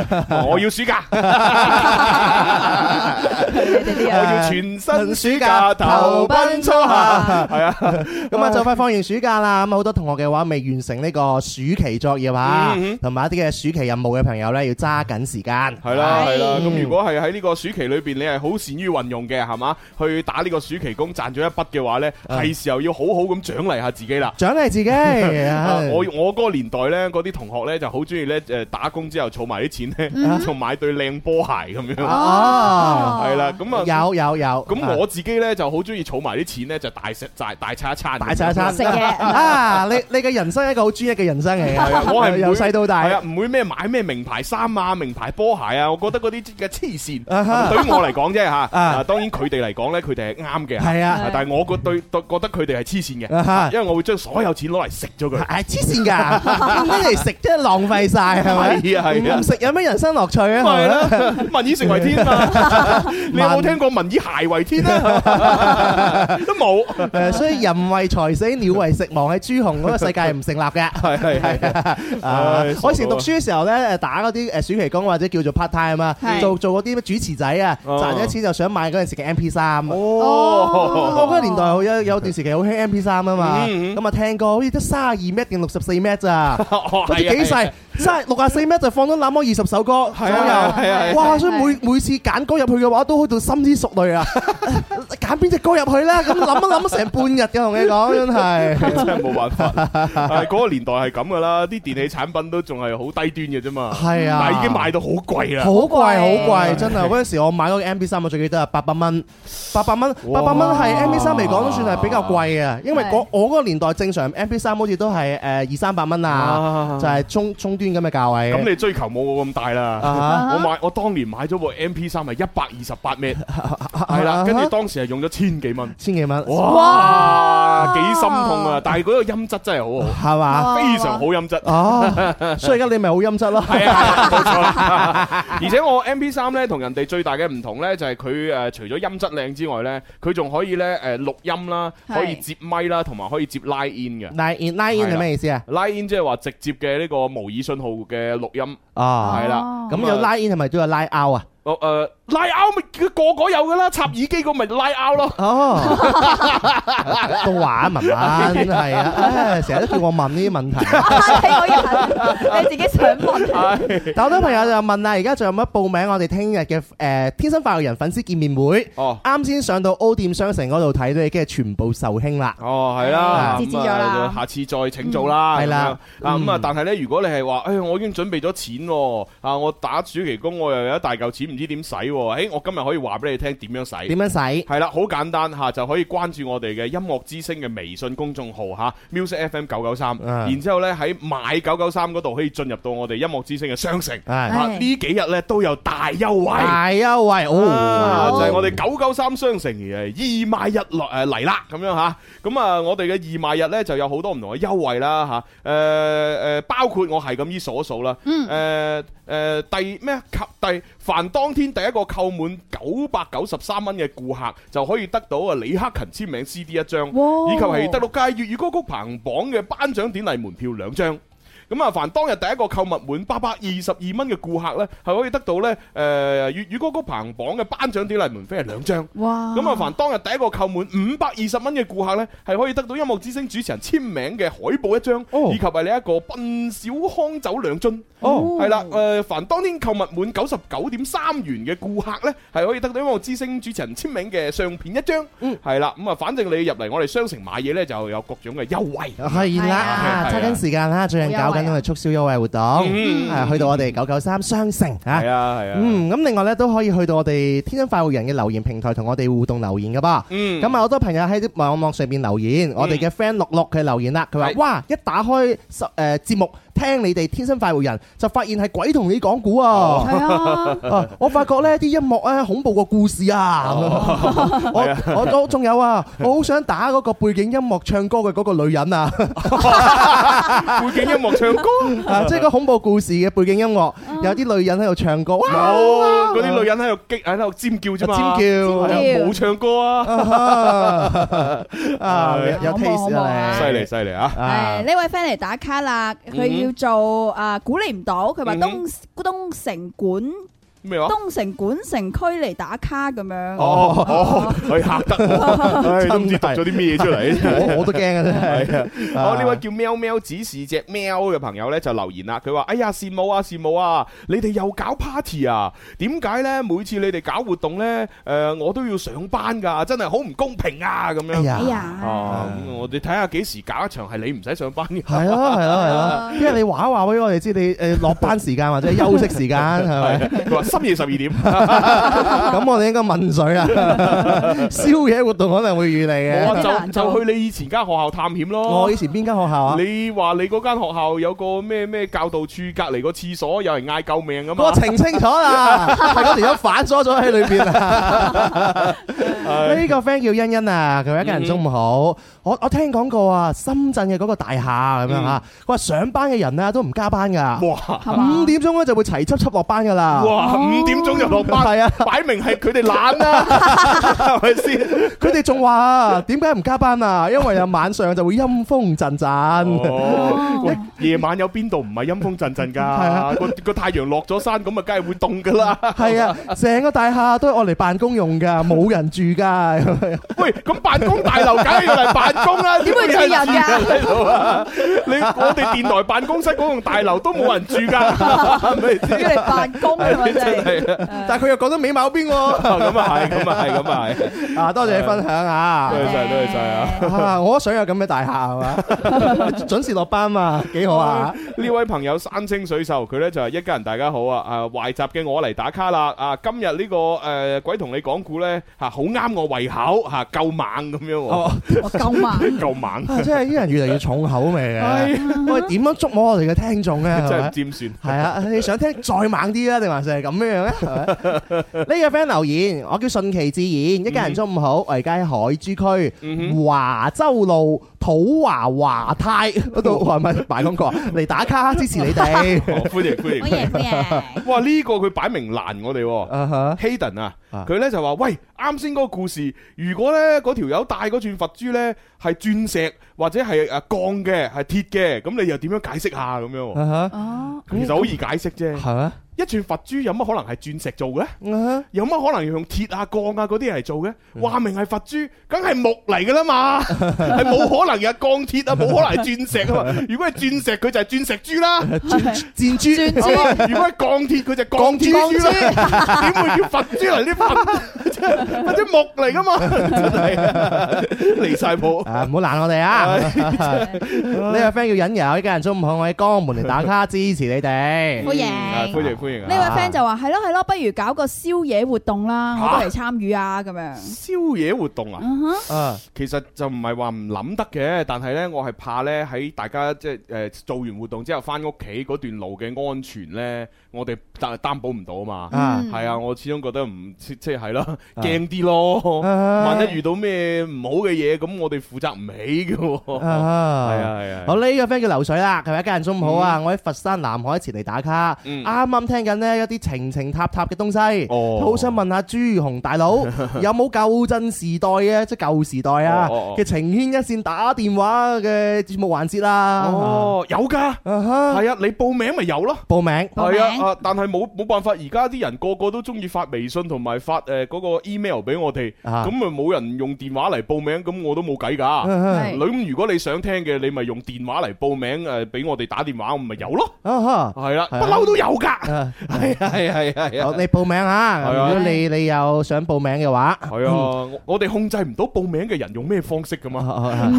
Speaker 2: 我要暑
Speaker 3: <laughs>
Speaker 2: 假， <laughs> 我要全身暑假投奔初夏，係啊，
Speaker 3: 咁啊，就快放完暑假啦，咁啊好多同學嘅話未完成呢個暑期作業啊
Speaker 2: 嗯嗯，
Speaker 3: 同埋一啲嘅暑期任務嘅朋友咧，要揸緊時間。
Speaker 2: 係啦係啦。
Speaker 3: 嗯
Speaker 2: 咁如果係喺呢個暑期裏邊，你係好善於運用嘅，係嘛？去打呢個暑期工賺咗一筆嘅話呢，
Speaker 3: 啊
Speaker 2: 係時候要好好咁獎勵下自己啦。
Speaker 3: 獎勵自己。
Speaker 2: 啊！
Speaker 3: 我
Speaker 2: 我我嗰個年代咧，嗰啲同學咧就好中意咧，誒打工之後儲埋啲錢
Speaker 3: 嗯
Speaker 2: 咧，就買對靚波鞋咁樣，
Speaker 3: 哦，
Speaker 2: 係啦，咁啊，
Speaker 3: 有有有。
Speaker 2: 咁我自己咧就好中意儲埋啲錢咧，就大食大大餐一餐，
Speaker 3: 大餐一餐
Speaker 4: 食嘢
Speaker 3: <laughs> 啊！你你嘅人生係一個好專一嘅人生嚟
Speaker 2: 係啊
Speaker 3: <laughs> 嘅，
Speaker 2: 我係唔會
Speaker 3: 由細到大
Speaker 2: 係啊，唔會咩買咩名牌衫啊、名牌波鞋啊，我覺得嗰啲嘅黐線。
Speaker 3: 啊哈
Speaker 2: 對於我嚟講啫嚇，
Speaker 3: 啊
Speaker 2: 啊當然佢哋嚟講咧，佢哋係啱嘅，
Speaker 3: 係啊
Speaker 2: 啊但係我個對對覺得佢哋係黐線
Speaker 3: 啊哈
Speaker 2: 嘅，因為我會將所有錢攞嚟食咗佢。
Speaker 3: 係啊黐
Speaker 2: <laughs>
Speaker 3: 線㗎，咁嚟食真係浪費晒係咪？
Speaker 2: 係啊係啊
Speaker 3: 唔嗯食有咩人生樂趣啊？
Speaker 2: 咪
Speaker 3: 係
Speaker 2: 係
Speaker 3: 咪
Speaker 2: 啦，民以食為天嘛。
Speaker 3: <laughs>
Speaker 2: 你有冇聽過民以鞋為天
Speaker 3: <laughs>
Speaker 2: 啊？都冇。
Speaker 3: 誒，所以人為財死，鳥為食亡喺朱紅嗰個世界係唔成立嘅。
Speaker 2: 係係係。
Speaker 3: 啊
Speaker 2: <laughs> 唉！
Speaker 3: 我以前讀書嘅時候咧，誒打嗰啲誒暑期工或者叫做 part time 啊，
Speaker 4: 係
Speaker 3: 做做嗰啲咩主持仔啊，
Speaker 2: 哦
Speaker 3: 賺咗錢就想買嗰陣時嘅 M P 三。啊
Speaker 2: 哦
Speaker 3: 我嗰個年代好有有段時期好興 M P 三啊嘛，
Speaker 2: 嗯嗯
Speaker 3: 咁啊聽過好似得三十二 m 定六十四 m 咋，
Speaker 2: <laughs> 哦
Speaker 3: 嗰啲
Speaker 2: 係啊
Speaker 3: 幾
Speaker 2: 係
Speaker 3: 細
Speaker 2: 啊，
Speaker 3: 三六十四 m 就放咗那麼二十首歌左
Speaker 2: 係啊係啊係啊
Speaker 3: 右，哇！
Speaker 4: 係
Speaker 3: 所以每每次揀歌入去嘅話，都去到深思熟慮啊，揀邊只歌入去啦？咁諗一諗成半日嘅，同你講真係。
Speaker 2: 真係冇辦法，係嗰個年代係咁噶啦，啲電器產品都仲係好低端嘅啫嘛，
Speaker 3: 係啊
Speaker 2: 但係已經賣到好 <laughs> 貴啦
Speaker 3: 好，貴好貴，
Speaker 4: 貴
Speaker 3: 真係嗰陣時我買嗰個 M P 三，我最記得係啊八百蚊，八百蚊，八百蚊係 M P 三嚟講都算係比較貴嘅，因為
Speaker 4: 係
Speaker 3: 嗰我嗰個年代正常 M P 三好似都係誒二三百蚊啊
Speaker 2: 啊，
Speaker 3: 就係中中端咁嘅價位。
Speaker 2: 咁你追求冇我咁大啦。
Speaker 3: 啊
Speaker 2: 我買我當年買咗部 M P 三係一百二十八 m 係
Speaker 3: 啊
Speaker 2: 啦，跟住當時係用咗千幾蚊，
Speaker 3: 千幾蚊，
Speaker 2: 哇，幾心痛啊！但係嗰個音質真係好
Speaker 3: 係嘛？
Speaker 2: 好，非常好音質。
Speaker 3: 哦，所以而家你咪好音質咯。
Speaker 2: 係
Speaker 4: <laughs>
Speaker 2: 啊，冇錯啦。而且我 M P 三咧同人哋最大嘅唔同咧，就係佢誒除咗音質靚之外咧，佢仲可以咧誒錄音啦，
Speaker 4: 係
Speaker 2: 可以接咪啦，同埋可以接 line in 嘅。
Speaker 3: Nine in nine in 係咩意思啊？
Speaker 2: line in 即係話直接嘅呢個模擬信號嘅錄音，
Speaker 3: 啊，
Speaker 2: 係啦
Speaker 4: 哦。
Speaker 3: 咁有
Speaker 2: 啊
Speaker 3: nine in 係咪都有 nine out 啊？
Speaker 2: 哦誒拉 out 咪個個有噶啦，插耳機嗰咪拉 out 咯。
Speaker 3: 哦， <laughs> 都話啊文文係啊，唉成日都叫我問呢啲問題。
Speaker 4: 你個人，你自己想問。
Speaker 3: 但好多朋友就問啦，而家仲有乜報名我哋聽日嘅誒天生快樂人粉絲見面會？
Speaker 2: 哦
Speaker 3: 啱先上到 O 店商城嗰度睇到，已經係全部售罄啦。
Speaker 2: 哦，係啦，
Speaker 4: 嗯截止
Speaker 2: 咁
Speaker 4: 咗啦
Speaker 2: 啊下次再請早
Speaker 3: 嗯
Speaker 2: 啦，
Speaker 3: 係啦
Speaker 2: 咁樣啊咁啊
Speaker 3: 嗯，
Speaker 2: 但係咧，如果你係話，誒，我已經準備咗錢喎，啊，我打暑期工，我又有一大嚿錢，唔知點使喎，誒，我今日可以話俾你聽點樣使
Speaker 3: 點。樣使？
Speaker 2: 係啦，好簡單嚇，就可以關注我哋嘅音樂之聲嘅微信公眾號嚇，music FM 九九三，
Speaker 3: 嗯
Speaker 2: 然之後呢，喺買九九三嗰度可以進入到我哋音樂之聲嘅商城，
Speaker 3: 係
Speaker 2: 啊呢幾日呢都有大優惠。
Speaker 3: 大優惠
Speaker 2: 啊就
Speaker 3: 哦！
Speaker 2: 係我哋九九三商城誒義賣日落誒嚟啦，咁樣嚇，咁啊我哋嘅義賣日呢就有好多唔同嘅優惠啦嚇，誒誒包括我係咁依數一數啦，誒誒第咩啊及第凡當天第一個購滿九百九十三蚊嘅顧客就可以得到啊李克勤簽名 CD 一張，
Speaker 4: 哇
Speaker 2: 以及係第六屆粵語歌曲排行榜嘅頒獎典禮門票兩張。咁啊，凡當日第一個購物滿八百二十二蚊嘅顧客呢，係可以得到呢誒、呃、粵語歌曲排行榜嘅頒獎典禮門飛係兩張。
Speaker 4: 哇！
Speaker 2: 咁啊，凡當日第一個購滿五百二十蚊嘅顧客呢，係可以得到音樂之聲主持人簽名嘅海報一張，
Speaker 3: 哦
Speaker 2: 以及係呢一個笨小康酒兩樽。
Speaker 3: 哦
Speaker 2: 係啦，誒、凡當天購物滿九十九點三元嘅顧客呢，係可以得到音樂之星主持人簽名嘅相片一張。嗯，係啦，咁啊，反正你入嚟我哋商城買嘢呢，就有各種嘅優惠。
Speaker 3: 係
Speaker 4: 係
Speaker 3: 啦，
Speaker 4: 啊
Speaker 3: 啊揸緊時間啦，最近搞緊我哋促銷優惠活動，
Speaker 2: 嗯
Speaker 3: 啊去到我哋九九三商城嚇
Speaker 2: 係。啊係啊，
Speaker 3: 嗯，咁另外咧都可以去到我哋天生快活人嘅留言平台同我哋互動留言噶噃。
Speaker 2: 嗯
Speaker 3: 咁啊好多朋友喺啲網絡上邊留言，我哋嘅 friend 六六佢留言啦，佢話：
Speaker 2: 係
Speaker 3: 哇，一打開十誒節目聽你哋天生快活人，就發現係鬼同你講古啊！
Speaker 4: 係啊，
Speaker 3: 啊 <laughs> 我發覺呢啲音樂咧恐怖過故事啊！
Speaker 2: 係啊
Speaker 3: 我我都仲有啊，我好想打嗰個背景音樂唱歌嘅嗰個女人啊！
Speaker 2: 背景音樂唱歌，
Speaker 3: <laughs> 啊，即係個恐怖故事嘅背景音樂，有啲女人喺度唱歌，哇！
Speaker 2: 冇嗰啲女人喺度激喺度尖叫啫
Speaker 3: 尖
Speaker 2: 嘛，
Speaker 3: 叫
Speaker 2: 係啊冇唱歌啊，
Speaker 3: <laughs> 啊，有有
Speaker 4: 好忙
Speaker 3: taste 啊你，
Speaker 2: 犀利犀利啊！
Speaker 3: 啊
Speaker 4: 係呢位 friend 嚟打卡啦，佢要做啊估你唔到，佢話東東城管
Speaker 2: 咩
Speaker 3: 哦
Speaker 2: 話？
Speaker 4: 東城管城區嚟打卡咁樣。
Speaker 2: 哦哦，佢嚇得
Speaker 3: <laughs>
Speaker 2: 我，唉都唔知讀咗啲咩出嚟。
Speaker 3: 我我都驚啊真係。
Speaker 2: 好，呢位
Speaker 3: 啊
Speaker 2: 叫喵喵只是只喵嘅朋友呢，就留言啦，佢話：哎呀羨慕啊羨慕啊，你哋又搞 party 啊？點解呢？每次你哋搞活動呢，誒我都要上班㗎，真係好唔公平啊！咁
Speaker 3: 哎 <laughs>
Speaker 2: 樣。
Speaker 4: 哎
Speaker 3: 呀，
Speaker 4: 呀，
Speaker 2: 哦，咁我哋睇下幾時搞一場係你唔使上
Speaker 3: <laughs>
Speaker 2: 班嘅。
Speaker 3: 係咯係咯係咯，因為你話一話俾我哋知你誒落班時間或者休息時間係咪？
Speaker 2: 佢話深夜十二點，
Speaker 3: 咁我哋應該問水啊，宵夜活動可能會遇你
Speaker 2: 我
Speaker 3: 嘅。
Speaker 2: 話就就去你以前間學校探險咯
Speaker 3: 啊我。以前邊間學校啊？
Speaker 2: 你話你嗰間學校有個咩咩教導處隔離個廁所有人嗌救命咁啊
Speaker 3: 我
Speaker 2: 嘛？
Speaker 3: 澄清楚啦，係嗰條友反鎖咗喺裏邊啊！呢個 friend 叫欣欣啊，佢話一家人中午好。我我聽講過啊，深圳嘅嗰個大廈咁樣啊，佢話上班嘅人啊都唔加班噶，
Speaker 2: 哇
Speaker 4: 係嘛
Speaker 3: 五點鐘咧就會齊輯輯落班噶啦。
Speaker 2: 哇，五點鐘就落班，
Speaker 3: 啊係啊，
Speaker 2: 擺明係佢哋懶啦，係咪先？
Speaker 3: 佢哋仲話
Speaker 2: <laughs>
Speaker 3: 啊，點解唔加班啊？因為啊晚上就會陰風陣陣。
Speaker 2: 哦，喂，夜晚有邊度唔係陰風陣陣
Speaker 3: 啊
Speaker 2: 㗎？個個太陽落咗山，咁啊，梗係會凍㗎啦。 <laughs>
Speaker 3: 係啊，成個大廈都係我嚟辦公用噶，冇人住噶。
Speaker 2: 喂，咁辦公大樓梗係要嚟辦公啦，點
Speaker 4: 會住人㗎
Speaker 2: 喺度啊？ <laughs> 你我哋電台辦公室嗰棟大樓都冇人住㗎，係咪先？
Speaker 4: 要嚟辦
Speaker 3: <laughs>
Speaker 4: 公啊 <laughs>
Speaker 3: 哎
Speaker 4: 嘛，真
Speaker 2: <laughs> 真
Speaker 4: 係。
Speaker 2: 係啊
Speaker 3: 但係佢又講得美貌邊喎？
Speaker 2: <laughs> 咁啊係，咁啊係，咁啊係，
Speaker 3: 啊，多謝你分享啊！
Speaker 2: 多謝多謝啊！
Speaker 3: 啊！我都想有咁嘅大廈係
Speaker 2: <laughs>
Speaker 3: 嘛，準時落班嘛，幾好啊！
Speaker 2: 呢位朋友山清水秀，佢呢就係一家人，大家好啊！啊，懷集嘅我嚟打卡啦！啊，今日呢、個誒、呃鬼同你講故呢，嚇，好啱我胃口嚇，夠猛咁樣喎，
Speaker 3: 哦，
Speaker 4: 我救
Speaker 3: <laughs>
Speaker 4: 命！
Speaker 2: 夠猛，
Speaker 3: 啊真係啲人越嚟越重口味
Speaker 2: 哎
Speaker 3: 嘅。我哋點樣捉摸我哋嘅聽眾咧？
Speaker 2: <laughs> 真
Speaker 3: 係
Speaker 2: 係
Speaker 3: 咪
Speaker 2: 唔尖算。
Speaker 3: 係 <laughs> 啊，你想聽再猛啲啊，定還是係咁樣咧？係咪呢個 friend 留言，我叫順其自然，一家人中午好，我而家喺海珠區。
Speaker 2: 嗯
Speaker 3: 華州路普華華泰 <laughs> 嗰度，係咪賣廣 <laughs> 告啊嚟打卡支持你 <laughs> 哋？
Speaker 2: 哼，哦歡迎歡迎
Speaker 4: <laughs> 歡迎
Speaker 2: 歡
Speaker 4: 歡迎。
Speaker 2: 迎！哇，呢、個佢擺明難我哋喎。
Speaker 3: 啊哈
Speaker 2: Hayden 啊，
Speaker 3: 啊
Speaker 2: 佢呢就話：喂，啱先嗰個故事，如果呢嗰條友戴嗰串佛珠呢，係鑽石或者係誒鋼嘅，係鐵嘅，咁你又點樣解釋下咁樣喎？
Speaker 3: 啊
Speaker 4: 哦，
Speaker 2: 其實好易解釋啫。
Speaker 3: 哈，係咩？
Speaker 2: 一串佛珠有乜可能係鑽石做嘅？
Speaker 3: 啊哈
Speaker 2: 有乜可能用鐵啊、鋼啊嗰啲嚟做嘅？話明係佛珠，梗係木嚟噶啦 <laughs> 嘛，係冇可能嘅鋼鐵啊，冇可能係鑽石啊 <laughs> 嘛。如果係鑽石，佢就係鑽石珠啦。
Speaker 3: 箭豬
Speaker 2: 係
Speaker 4: 轉轉
Speaker 2: 嘛如果係鋼鐵，佢就係鋼鐵珠啦。點會叫佛珠嚟？啲 <laughs> 佛或者木嚟噶嘛， <laughs> 真係啊 <laughs> 離晒譜。
Speaker 3: <laughs> 啊，唔好懶我哋 <laughs> 啊！呢個 friend 叫引遊，一家人中午好，我喺江門嚟打卡支持你哋。
Speaker 4: 歡迎
Speaker 2: 啊歡迎歡迎
Speaker 4: 呢位
Speaker 2: 啊！
Speaker 4: friend 就話：係咯係咯，不如搞個宵夜活動啦，我都嚟參與啊咁樣。
Speaker 2: 宵夜活動啊！
Speaker 3: 啊，
Speaker 2: 其實就唔係話唔諗得嘅，但係呢，我係怕呢喺大家即係誒做完活動之後翻屋企嗰段路嘅安全呢，我哋擔擔保唔到啊嘛。
Speaker 3: 啊
Speaker 2: 係啊，我始終覺得唔即即係咯，驚啲咯。
Speaker 3: 啊
Speaker 2: 萬一遇到咩唔好嘅嘢，咁我哋負責唔起嘅喎。
Speaker 3: 啊啊
Speaker 2: 係啊係啊
Speaker 3: 好呢個 friend 叫流水啦，佢話一家人中午好啊！我喺佛山南海前嚟打卡，啱
Speaker 2: 嗯
Speaker 3: 啱聽緊呢一啲情情塔塔嘅東西，
Speaker 2: 哦
Speaker 3: 好啊想問下朱紅大
Speaker 2: <laughs>
Speaker 3: 佬有冇舊陣時代嘅即係舊時代啊
Speaker 2: 哦哦哦
Speaker 3: 嘅情牽一線打電話嘅節目環節啦？
Speaker 2: 哦，有㗎，
Speaker 3: 啊哈，
Speaker 2: 係啊，你報名咪有咯。
Speaker 3: 報名
Speaker 4: 報
Speaker 2: 係
Speaker 4: 名
Speaker 2: 啊，啊，但係冇冇辦法，而家啲人個個都中意發微信同埋發誒嗰個 email 俾我哋，
Speaker 3: 啊
Speaker 2: 咁咪冇人用電話嚟報名，咁我都冇計㗎。
Speaker 3: 啊
Speaker 4: 係
Speaker 2: 咁如果你想聽嘅，你咪用電話嚟報名誒，俾我哋打電話，我咪有咯。
Speaker 3: 哈
Speaker 2: 係啦，不
Speaker 3: 係啊
Speaker 2: 嬲都有㗎。
Speaker 3: 啊
Speaker 2: <laughs> 係啊係啊係啊係
Speaker 3: 好
Speaker 2: 啊。
Speaker 3: 你報名啊！
Speaker 2: 係啊
Speaker 3: 如果你你有想報名嘅話，
Speaker 2: 係啊，我我哋控制
Speaker 3: <laughs>
Speaker 2: 唔到報名嘅人用咩方式㗎嘛。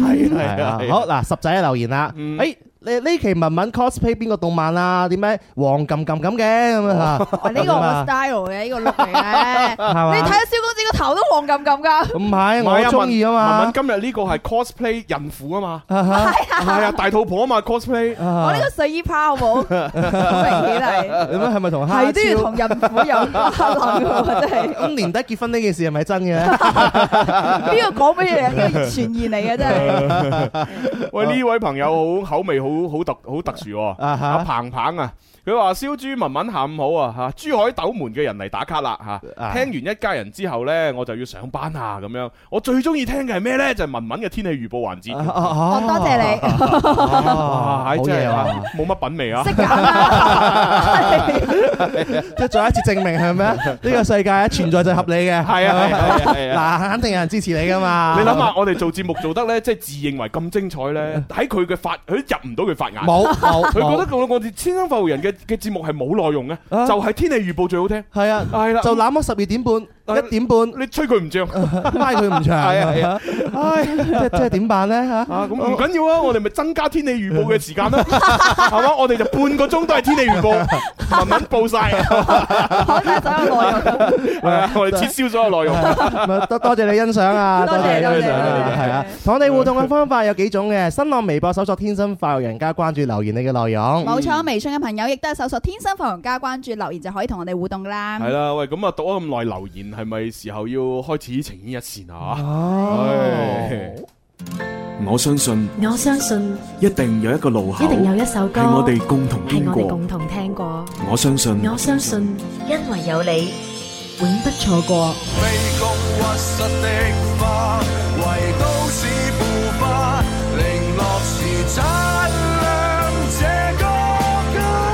Speaker 3: 係
Speaker 2: 係啊係啊係啊
Speaker 3: 好嗱，十仔嘅留言啦，
Speaker 2: 嗯
Speaker 3: 誒呢呢期文文 cosplay 邊個動漫啊？點解黃撳撳咁嘅咁啊？
Speaker 4: 哦呢個我 style 嘅，呢個
Speaker 3: <laughs>
Speaker 4: look 嚟嘅。
Speaker 3: 係嘛
Speaker 4: 你睇下蕭公子個頭都黃撳撳㗎，
Speaker 3: 唔係
Speaker 2: 唔係
Speaker 3: 我中意啊
Speaker 2: 文
Speaker 3: 嘛
Speaker 2: 文。今日呢個係 cosplay 孕婦啊嘛，
Speaker 3: 啊哈
Speaker 2: 係啊大肚婆啊嘛 cosplay，
Speaker 4: 我
Speaker 3: 啊
Speaker 4: 呢個睡衣趴好冇？好明顯係，
Speaker 3: 你乜係咪同
Speaker 4: 係
Speaker 3: 蝦
Speaker 4: 都要
Speaker 3: 超
Speaker 4: 同孕婦有關㗎喎，
Speaker 3: <laughs>
Speaker 4: 真係。
Speaker 3: 咁年底結婚呢件事係咪真
Speaker 2: <laughs>
Speaker 3: 嘅？
Speaker 4: <laughs> 呢個講俾你，呢個傳言嚟嘅真係。
Speaker 2: 喂呢位朋友好口味好好特好特殊喎，
Speaker 3: 啊
Speaker 2: 阿
Speaker 3: 哈
Speaker 2: 彭彭啊。佢話燒豬文文下午好啊嚇，珠海斗門嘅人嚟打卡啦嚇。
Speaker 3: 啊
Speaker 2: 聽完一家人之後呢，我就要上班啊咁樣。我最中意聽嘅係咩呢？就係文文嘅天氣預報環節。
Speaker 4: 哦，多謝你，
Speaker 3: 哇
Speaker 2: 哇，
Speaker 3: 啊好
Speaker 2: 係真
Speaker 3: 嘢
Speaker 2: 係
Speaker 3: 啊！
Speaker 2: 冇乜品味啊！
Speaker 4: 識揀
Speaker 2: <laughs>
Speaker 4: 啦。
Speaker 3: 即係再一次證明係咪
Speaker 2: <laughs>
Speaker 3: 啊？呢個世界存在就係合理嘅，<laughs> 係
Speaker 2: 係啊係啊
Speaker 3: 咪
Speaker 2: 係啊！
Speaker 3: 嗱，肯定有人支持你噶嘛。
Speaker 2: 你諗下，我哋做節目做得呢，即係自認為咁精彩呢，喺佢嘅法，佢都入唔到佢法眼。
Speaker 3: 嗯冇冇，
Speaker 2: 佢覺
Speaker 3: 冇
Speaker 2: 得我我哋天生發育人嘅嘅節目係冇內容嘅，
Speaker 3: 啊
Speaker 2: 就係天氣預報最好聽。
Speaker 3: 係啊，
Speaker 2: 係啦，
Speaker 3: 就嗯攬咗十二點半、一點半，
Speaker 2: 你吹佢唔漲
Speaker 3: 拉佢唔長。
Speaker 2: 係啊係啊，
Speaker 3: 唉，即即係點辦咧嚇？
Speaker 2: 啊！咁唔緊要啊，我哋咪增加天氣預報嘅時
Speaker 3: <laughs>
Speaker 2: 間啦，係嘛？我哋就半個鐘都係天氣預報，文文報晒，啊
Speaker 4: 講晒所有內容。
Speaker 2: 係啊！我哋撤銷所有內容。
Speaker 3: 咪多多謝你欣賞啊！
Speaker 4: 多謝
Speaker 3: 你
Speaker 4: 多謝
Speaker 3: 欣賞啊
Speaker 4: 多謝
Speaker 3: 係啊，同我哋互動嘅方法有幾種嘅，新浪微博搜索天生快育人家，關注留言你嘅內容。
Speaker 4: 冇錯，微信嘅朋友亦都係搜索天生發人家關注留言就可以同我哋互動㗎啦。
Speaker 2: 係啦，喂，咁啊讀咗咁耐留言，係咪時候要開始情牽一線啊？唉
Speaker 3: 哦，
Speaker 5: 我相信
Speaker 7: 我相信
Speaker 5: 一定有一個路口
Speaker 7: 一定有一首歌
Speaker 5: 係我哋共同
Speaker 7: 係
Speaker 5: 經
Speaker 7: 我哋
Speaker 5: 過
Speaker 7: 共，同聽過，
Speaker 5: 我相信
Speaker 7: 我相信因為有你，永不錯過。
Speaker 8: 卑躬屈膝的花，為都市腐化，零落時擦亮這個家。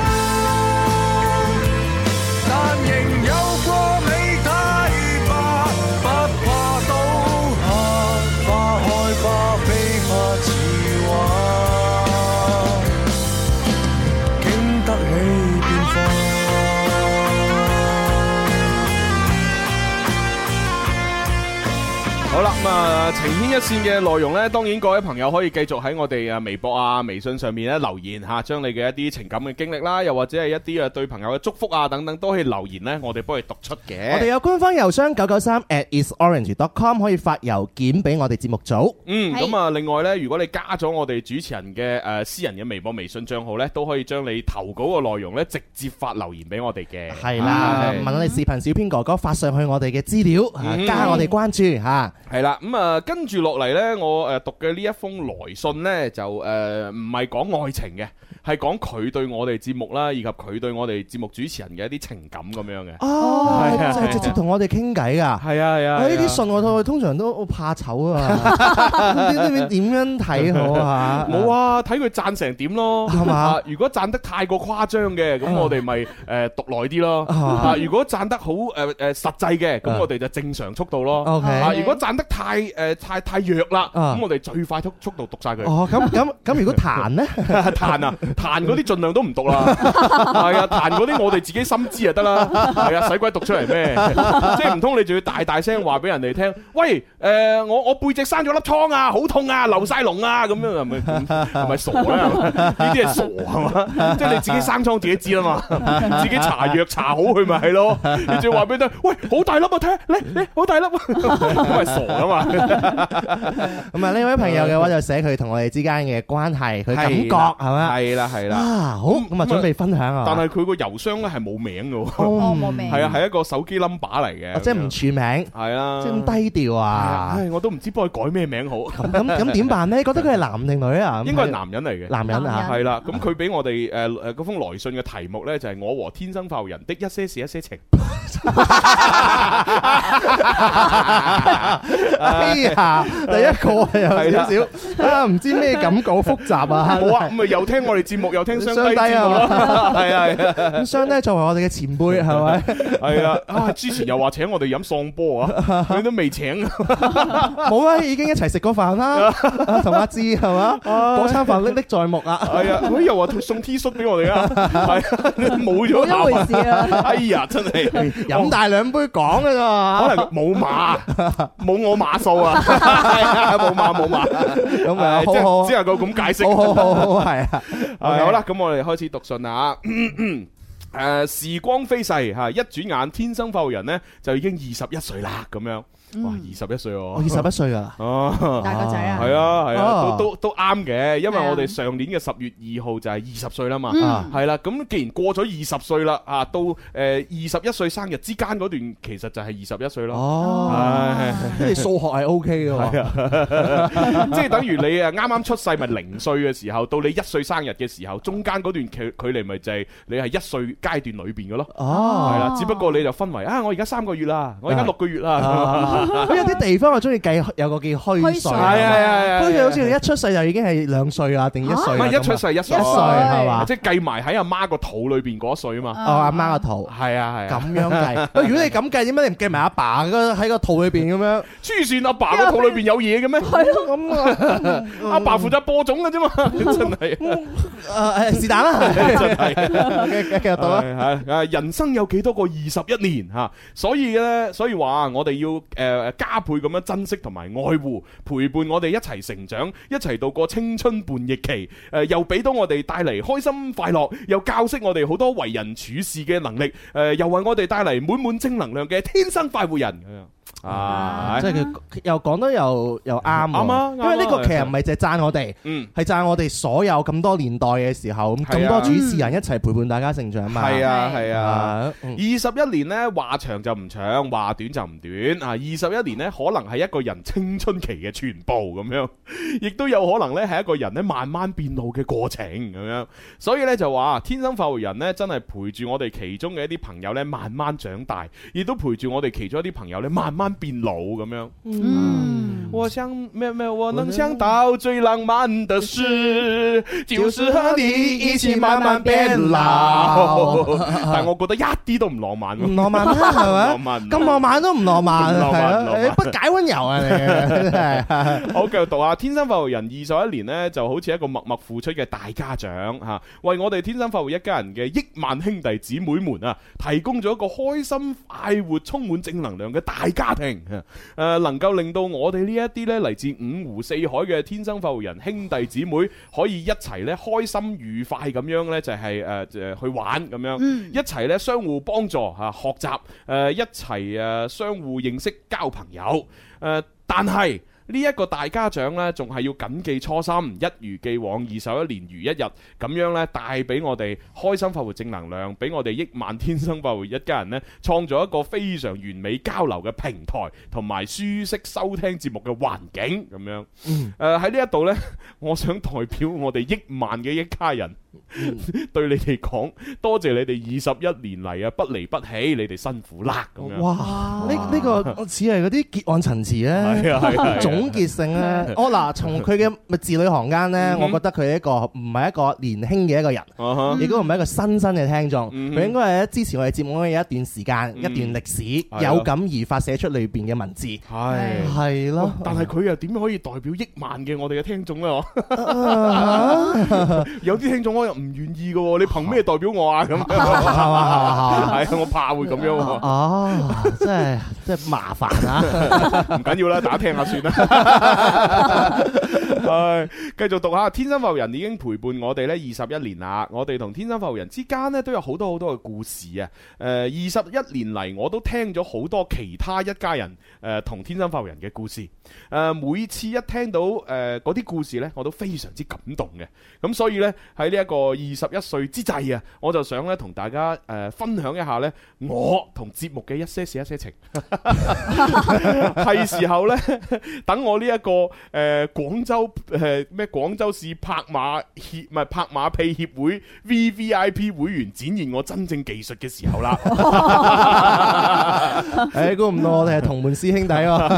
Speaker 8: 但仍有過你太吧，不怕倒下，花開花飛花似畫，經得起變化。
Speaker 2: 好啦，咁啊，情牽一線嘅內容呢，當然各位朋友可以繼續喺我哋啊微博啊、微信上面咧留言吓，將你嘅一啲情感嘅經歷啦，又或者係一啲啊對朋友嘅祝福啊等等，都可以留言呢，我哋幫你讀出
Speaker 3: 我哋
Speaker 2: 嘅。
Speaker 3: 有官方郵箱九九三 at isorange.com 可以發郵件俾我哋節目組。
Speaker 2: 嗯，
Speaker 4: 係
Speaker 2: 咁啊，另外呢，如果你加咗我哋主持人嘅誒私人嘅微博、微信帳號呢，都可以將你投稿嘅內容呢直接發留言俾我哋嘅。嗯
Speaker 3: 係啦，
Speaker 2: 係
Speaker 3: 啊問我哋視頻小編哥哥發上去我哋嘅資料，啊
Speaker 2: 嗯
Speaker 3: 加我哋關注嚇。
Speaker 2: 係啦，咁啊，跟住落嚟呢，我誒讀嘅呢一封來信呢，就誒呃唔係講愛情嘅，係講佢對我哋節目啦，以及佢對我哋節目主持人嘅一啲情感咁樣嘅。
Speaker 3: 哦
Speaker 2: 係啊，
Speaker 3: 就係直接同我哋傾偈噶。
Speaker 2: 係啊係啊，
Speaker 3: 我呢啲
Speaker 2: 係啊
Speaker 3: 信我都通常都好怕醜
Speaker 2: <laughs>
Speaker 3: 啊，點點點樣睇好啊？
Speaker 2: 冇啊，睇佢讚成點咯，
Speaker 3: 係嘛
Speaker 2: 啊如果讚得太過誇張嘅，咁我哋咪誒讀耐啲咯。
Speaker 3: 啊
Speaker 2: 啊，如果讚得好誒誒實際嘅，咁
Speaker 3: 啊
Speaker 2: 我哋就正常速度咯。
Speaker 3: ，OK。
Speaker 2: 啊，如果讚得太誒太太弱啦，
Speaker 3: 啊
Speaker 2: 咁我哋最快速速度讀晒佢。
Speaker 3: 哦，咁咁咁，如果彈咧，
Speaker 2: 彈啊，彈嗰啲盡量都唔讀 <laughs> 啦，係啊，彈嗰啲我哋自己心知就得啦，係啊，使鬼讀出嚟 <laughs> 咩？即係唔通你仲要大大聲話俾人哋聽？喂，誒，我我背脊生咗粒瘡啊，好痛啊，流晒膿啊，咁樣係咪係咪傻啦？呢啲係傻係嘛？即係你自己生瘡自己知啦啊 <laughs> 嘛，自己搽藥搽好佢咪係咯？你仲要話俾佢聽，喂，好大粒啊，睇下，嚟嚟，好大粒，啊， <laughs> 咁咪傻啊嘛？
Speaker 3: 咁啊呢位朋友嘅話就寫佢同我哋之間嘅關係，佢感覺係咪
Speaker 2: 係啦係
Speaker 3: 啊？
Speaker 2: 啦，
Speaker 3: 好，咁啊準備分享啊。
Speaker 2: 但係佢個郵箱咧係冇名嘅喎。
Speaker 4: 哦冇
Speaker 3: 嗯
Speaker 4: 名
Speaker 2: 系啊，係一個手機 number 嚟嘅，
Speaker 3: 哦即係唔署名，
Speaker 2: 係啊，
Speaker 3: 即係咁低調
Speaker 2: 係
Speaker 3: 啊
Speaker 2: 啊，。唉，我都唔知幫佢改咩名好，
Speaker 3: 咁咁咁點辦咧？覺得佢係男定女啊？
Speaker 2: <laughs> 應該係男人嚟嘅。
Speaker 3: 男人啊
Speaker 4: 男。
Speaker 2: 係啦，咁佢俾我哋誒誒嗰封來信嘅題目呢，就係我和天生發育人的一些事一
Speaker 3: <laughs>
Speaker 2: 些情。
Speaker 3: <laughs> 哎呀，第一個有少少啊，唔知咩感覺，複雜啊。
Speaker 2: 冇啊，咁咪又聽我哋節目，又聽雙低
Speaker 3: 雙低啊
Speaker 2: 節目咯。 <laughs> 係啊係啊
Speaker 3: 咁相咧作為我哋嘅前輩係咪？
Speaker 2: 係啊，啊之前又話請我哋飲喪波啊，佢都未請。 <laughs>
Speaker 3: 冇啊，已經一齊食過飯啦，啊同阿志係
Speaker 2: <laughs>
Speaker 3: 嘛？嗰餐飯歷歷在目啊！
Speaker 2: 係啊，佢又話送 T 恤俾我哋啊，係啊，冇咗
Speaker 4: 冇
Speaker 2: 啖
Speaker 4: 一回
Speaker 2: <laughs> 啊。
Speaker 4: 事啊！
Speaker 2: 哎呀，真係
Speaker 3: 人 <laughs> 飲大兩杯講噶咋，
Speaker 2: <laughs> 可能冇
Speaker 3: <laughs>
Speaker 2: 碼，冇我碼數啊，係啊冇碼冇碼，
Speaker 3: 咁啊
Speaker 2: 係
Speaker 3: 好
Speaker 2: 即係
Speaker 3: 好
Speaker 2: 只能夠咁解釋。
Speaker 3: 好好好好係啊，
Speaker 2: 係好啦，咁我哋開始讀信啦嚇。 <coughs> 誒時光飛逝嚇，一轉眼天生快活人呢，就已經二十一歲啦，咁樣哇，二十一歲
Speaker 3: 我嗯二
Speaker 2: 喎，
Speaker 3: 十一歲噶啦，
Speaker 2: 哦，
Speaker 4: 大個仔啊，
Speaker 2: 係啊係啊，
Speaker 3: 哦
Speaker 2: 都都都啱嘅，因為
Speaker 4: 係啊
Speaker 2: 我哋上年嘅十月二號就係二十歲啦嘛，
Speaker 3: 啊
Speaker 2: 係啦，咁既然過咗二十歲啦，啊，到誒二十一歲生日之間嗰段，其實就係二十一歲咯，
Speaker 3: 哦，
Speaker 2: 唉
Speaker 3: 即係數學係 O K 嘅喎，
Speaker 2: <laughs> 即係等於你啊啱啱出世咪零歲嘅時候，到你一歲生日嘅時候，中間嗰段距距離咪就係你係一歲階段裏邊嘅咯。
Speaker 3: 哦。
Speaker 2: 係啦，只不過你就分為啊，我而家三個月啦，我而家六個月 <laughs> 啦，
Speaker 3: 啊咁有啲地方我中意計有個叫虛
Speaker 4: 虛
Speaker 3: 歲，
Speaker 4: 歲
Speaker 2: 係啊係啊係啊，
Speaker 3: 虛歲好似你一出世就已經係兩歲啊，定一
Speaker 2: 唔
Speaker 3: 歲啊？
Speaker 2: 係一出世一歲，
Speaker 3: 一歲係嘛？
Speaker 2: 即係計埋喺阿媽個肚裏邊嗰一歲啊嘛，
Speaker 3: 哦，阿媽個肚。
Speaker 2: 係啊係
Speaker 3: 咁
Speaker 2: 啊，
Speaker 3: 樣計，喂如果你咁計，點解你唔計埋阿爸嗰喺個肚裏邊咁樣？
Speaker 2: 黐線，阿爸個肚裏邊有嘢嘅咩？
Speaker 3: 啊
Speaker 2: 咁 <laughs> 阿爸負責播種
Speaker 3: <laughs>
Speaker 2: 嘅啫嘛，真係
Speaker 3: 誒誒，是但啦，
Speaker 2: 真係。
Speaker 3: <laughs> 繼繼續到啦。
Speaker 2: 係係人生有幾多個二十一年吓，所以咧，所以話我哋要诶、呃加倍咁樣珍惜同埋愛護，陪伴我哋一齊成長，一齊度過青春叛逆期。诶、又俾到我哋帶嚟開心快樂，又教識我哋好多為人處事嘅能力。诶、又為我哋帶嚟滿滿正能量嘅天生快活人咁樣啊！
Speaker 3: 即係佢佢又講得又又啱
Speaker 2: 啱啊
Speaker 3: 喎，因為呢個
Speaker 2: 啱啊
Speaker 3: 其實唔係淨係讚我哋，
Speaker 2: 嗯，
Speaker 3: 係讚我哋所有咁多年代嘅時候，咁
Speaker 2: 係啊
Speaker 3: 咁多主持人一齊陪伴大家成長嘛。
Speaker 2: 係啊，係啊。
Speaker 3: 啊，嗯
Speaker 2: 二十一年呢，話長就唔長，話短就唔短啊！二十一年呢，可能係一個人青春期嘅全部咁樣， <laughs> 亦都有可能呢係一個人呢慢慢變老嘅過程咁樣。所以呢，就話天生快活人呢，真係陪住我哋其中嘅一啲朋友呢慢慢長大，亦都陪住我哋其中一啲朋友呢慢慢變老咁樣。
Speaker 4: 嗯，
Speaker 2: 我想咩咩，我能想到最浪漫的事，就是和你一起慢慢變老。 <laughs> 但係我覺得一啲都唔浪漫喎
Speaker 3: 唔。浪
Speaker 2: <laughs>
Speaker 3: 漫啦，係咪？
Speaker 2: 嗯浪漫啊
Speaker 3: 咁浪漫都唔浪漫，
Speaker 2: 唔浪漫
Speaker 3: 係
Speaker 2: 唔
Speaker 3: 啊
Speaker 2: 浪漫
Speaker 3: 你不解温柔啊你，
Speaker 2: <laughs>
Speaker 3: 真係
Speaker 2: 好，繼續讀啊！天生快活人二十一年呢，就好似一個默默付出嘅大家長嚇、啊，為我哋天生快活一家人嘅億萬兄弟姊妹們啊，提供咗一個開心、快活、充滿正能量嘅大家庭。誒、啊能夠令到我哋呢一啲呢嚟自五湖四海嘅天生快活人兄弟姊妹，可以一齊呢開心愉快咁樣呢，就係誒誒去玩咁樣，一齊呢相互幫助嚇、啊、學習，誒、一齊誒、啊相互認識、交朋友。誒、呃但係呢一個大家長呢，仲係要謹記初心，一如既往，二十一年如一日咁樣呢，帶俾我哋開心快活正能量，俾我哋億萬天生快活一家人呢，創造一個非常完美交流嘅平台，同埋舒適收聽節目嘅環境咁樣。
Speaker 3: 嗯
Speaker 2: 啊誒喺呢一度呢，我想代表我哋億萬嘅一家人，對你哋講，多謝你哋二十一年嚟啊不離不棄，你哋辛苦啦咁樣。
Speaker 3: 哇！呢呢個似係嗰啲結案陳詞咧。
Speaker 2: 係啊係啊係啊
Speaker 3: 總結性咧，我嗱從佢嘅咪字裏行間咧，
Speaker 2: 嗯
Speaker 3: 我覺得佢一個唔係一個年輕嘅一個人，
Speaker 2: 啊哈
Speaker 3: 亦都唔係一個新生嘅聽眾，
Speaker 2: 嗯
Speaker 3: 佢應該係支持我哋節目嘅有一段時間、
Speaker 2: 嗯
Speaker 3: 一段歷
Speaker 2: 啊
Speaker 3: 史，有感而發寫出裏邊嘅文字，
Speaker 2: 係
Speaker 3: 係咯。
Speaker 2: 但係佢又點可以代表億萬嘅我哋嘅聽眾咧？嗬 <laughs> 有啲聽眾我又唔願意嘅喎，你憑咩代表我啊？咁 <laughs> 係
Speaker 3: 係嘛係嘛係嘛
Speaker 2: 啊，我怕會咁樣喎。
Speaker 3: 哦，真係真係麻煩
Speaker 2: <laughs>
Speaker 3: 啊！
Speaker 2: 唔緊要啦，大家聽下算啦。唉，繼續讀下，天生浮人已經陪伴我哋呢二十一年啦。我哋同天生浮人之間呢，都有好多好多嘅故事啊。誒，二十一年嚟我都聽咗好多其他一家人誒同、天生浮人嘅故事。誒、每次一聽到誒嗰啲故事呢，我都非常之感動嘅。咁所以呢，喺呢一個二十一歲之際啊，我就想呢同大家誒、呃分享一下呢我同節目嘅一些事一些情。係時候呢， <laughs> 等我呢、一個誒、呃、廣州誒咩、廣州市拍馬協唔係拍馬屁協會 V V I P 會員展現我真正技術嘅時候
Speaker 4: <laughs>
Speaker 2: 啦。
Speaker 3: 誒，估唔到我哋係同門師兄弟喎，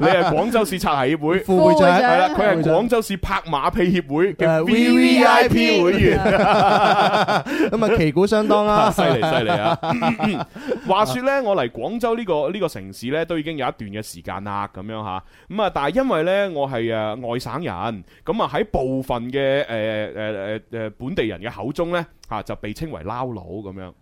Speaker 2: 你係廣州市擦鞋協
Speaker 4: <laughs>
Speaker 2: 會。
Speaker 3: 副會
Speaker 4: 副會
Speaker 3: 長
Speaker 4: 長。
Speaker 2: 係啦，佢係廣州市拍馬屁協會嘅
Speaker 3: 誒
Speaker 2: VVIP 會員，
Speaker 3: 咁啊旗鼓相當啦。<laughs>
Speaker 2: <laughs> 犀利犀利啊！話說呢，我嚟廣州呢、個呢、個城市呢，都已經有一段嘅時間啦，咁樣吓。咁啊，但係因為呢，我係誒外省人，咁啊喺部分呃嘅誒誒誒誒本地人嘅口中呢，嚇、就被稱為撈佬咁樣。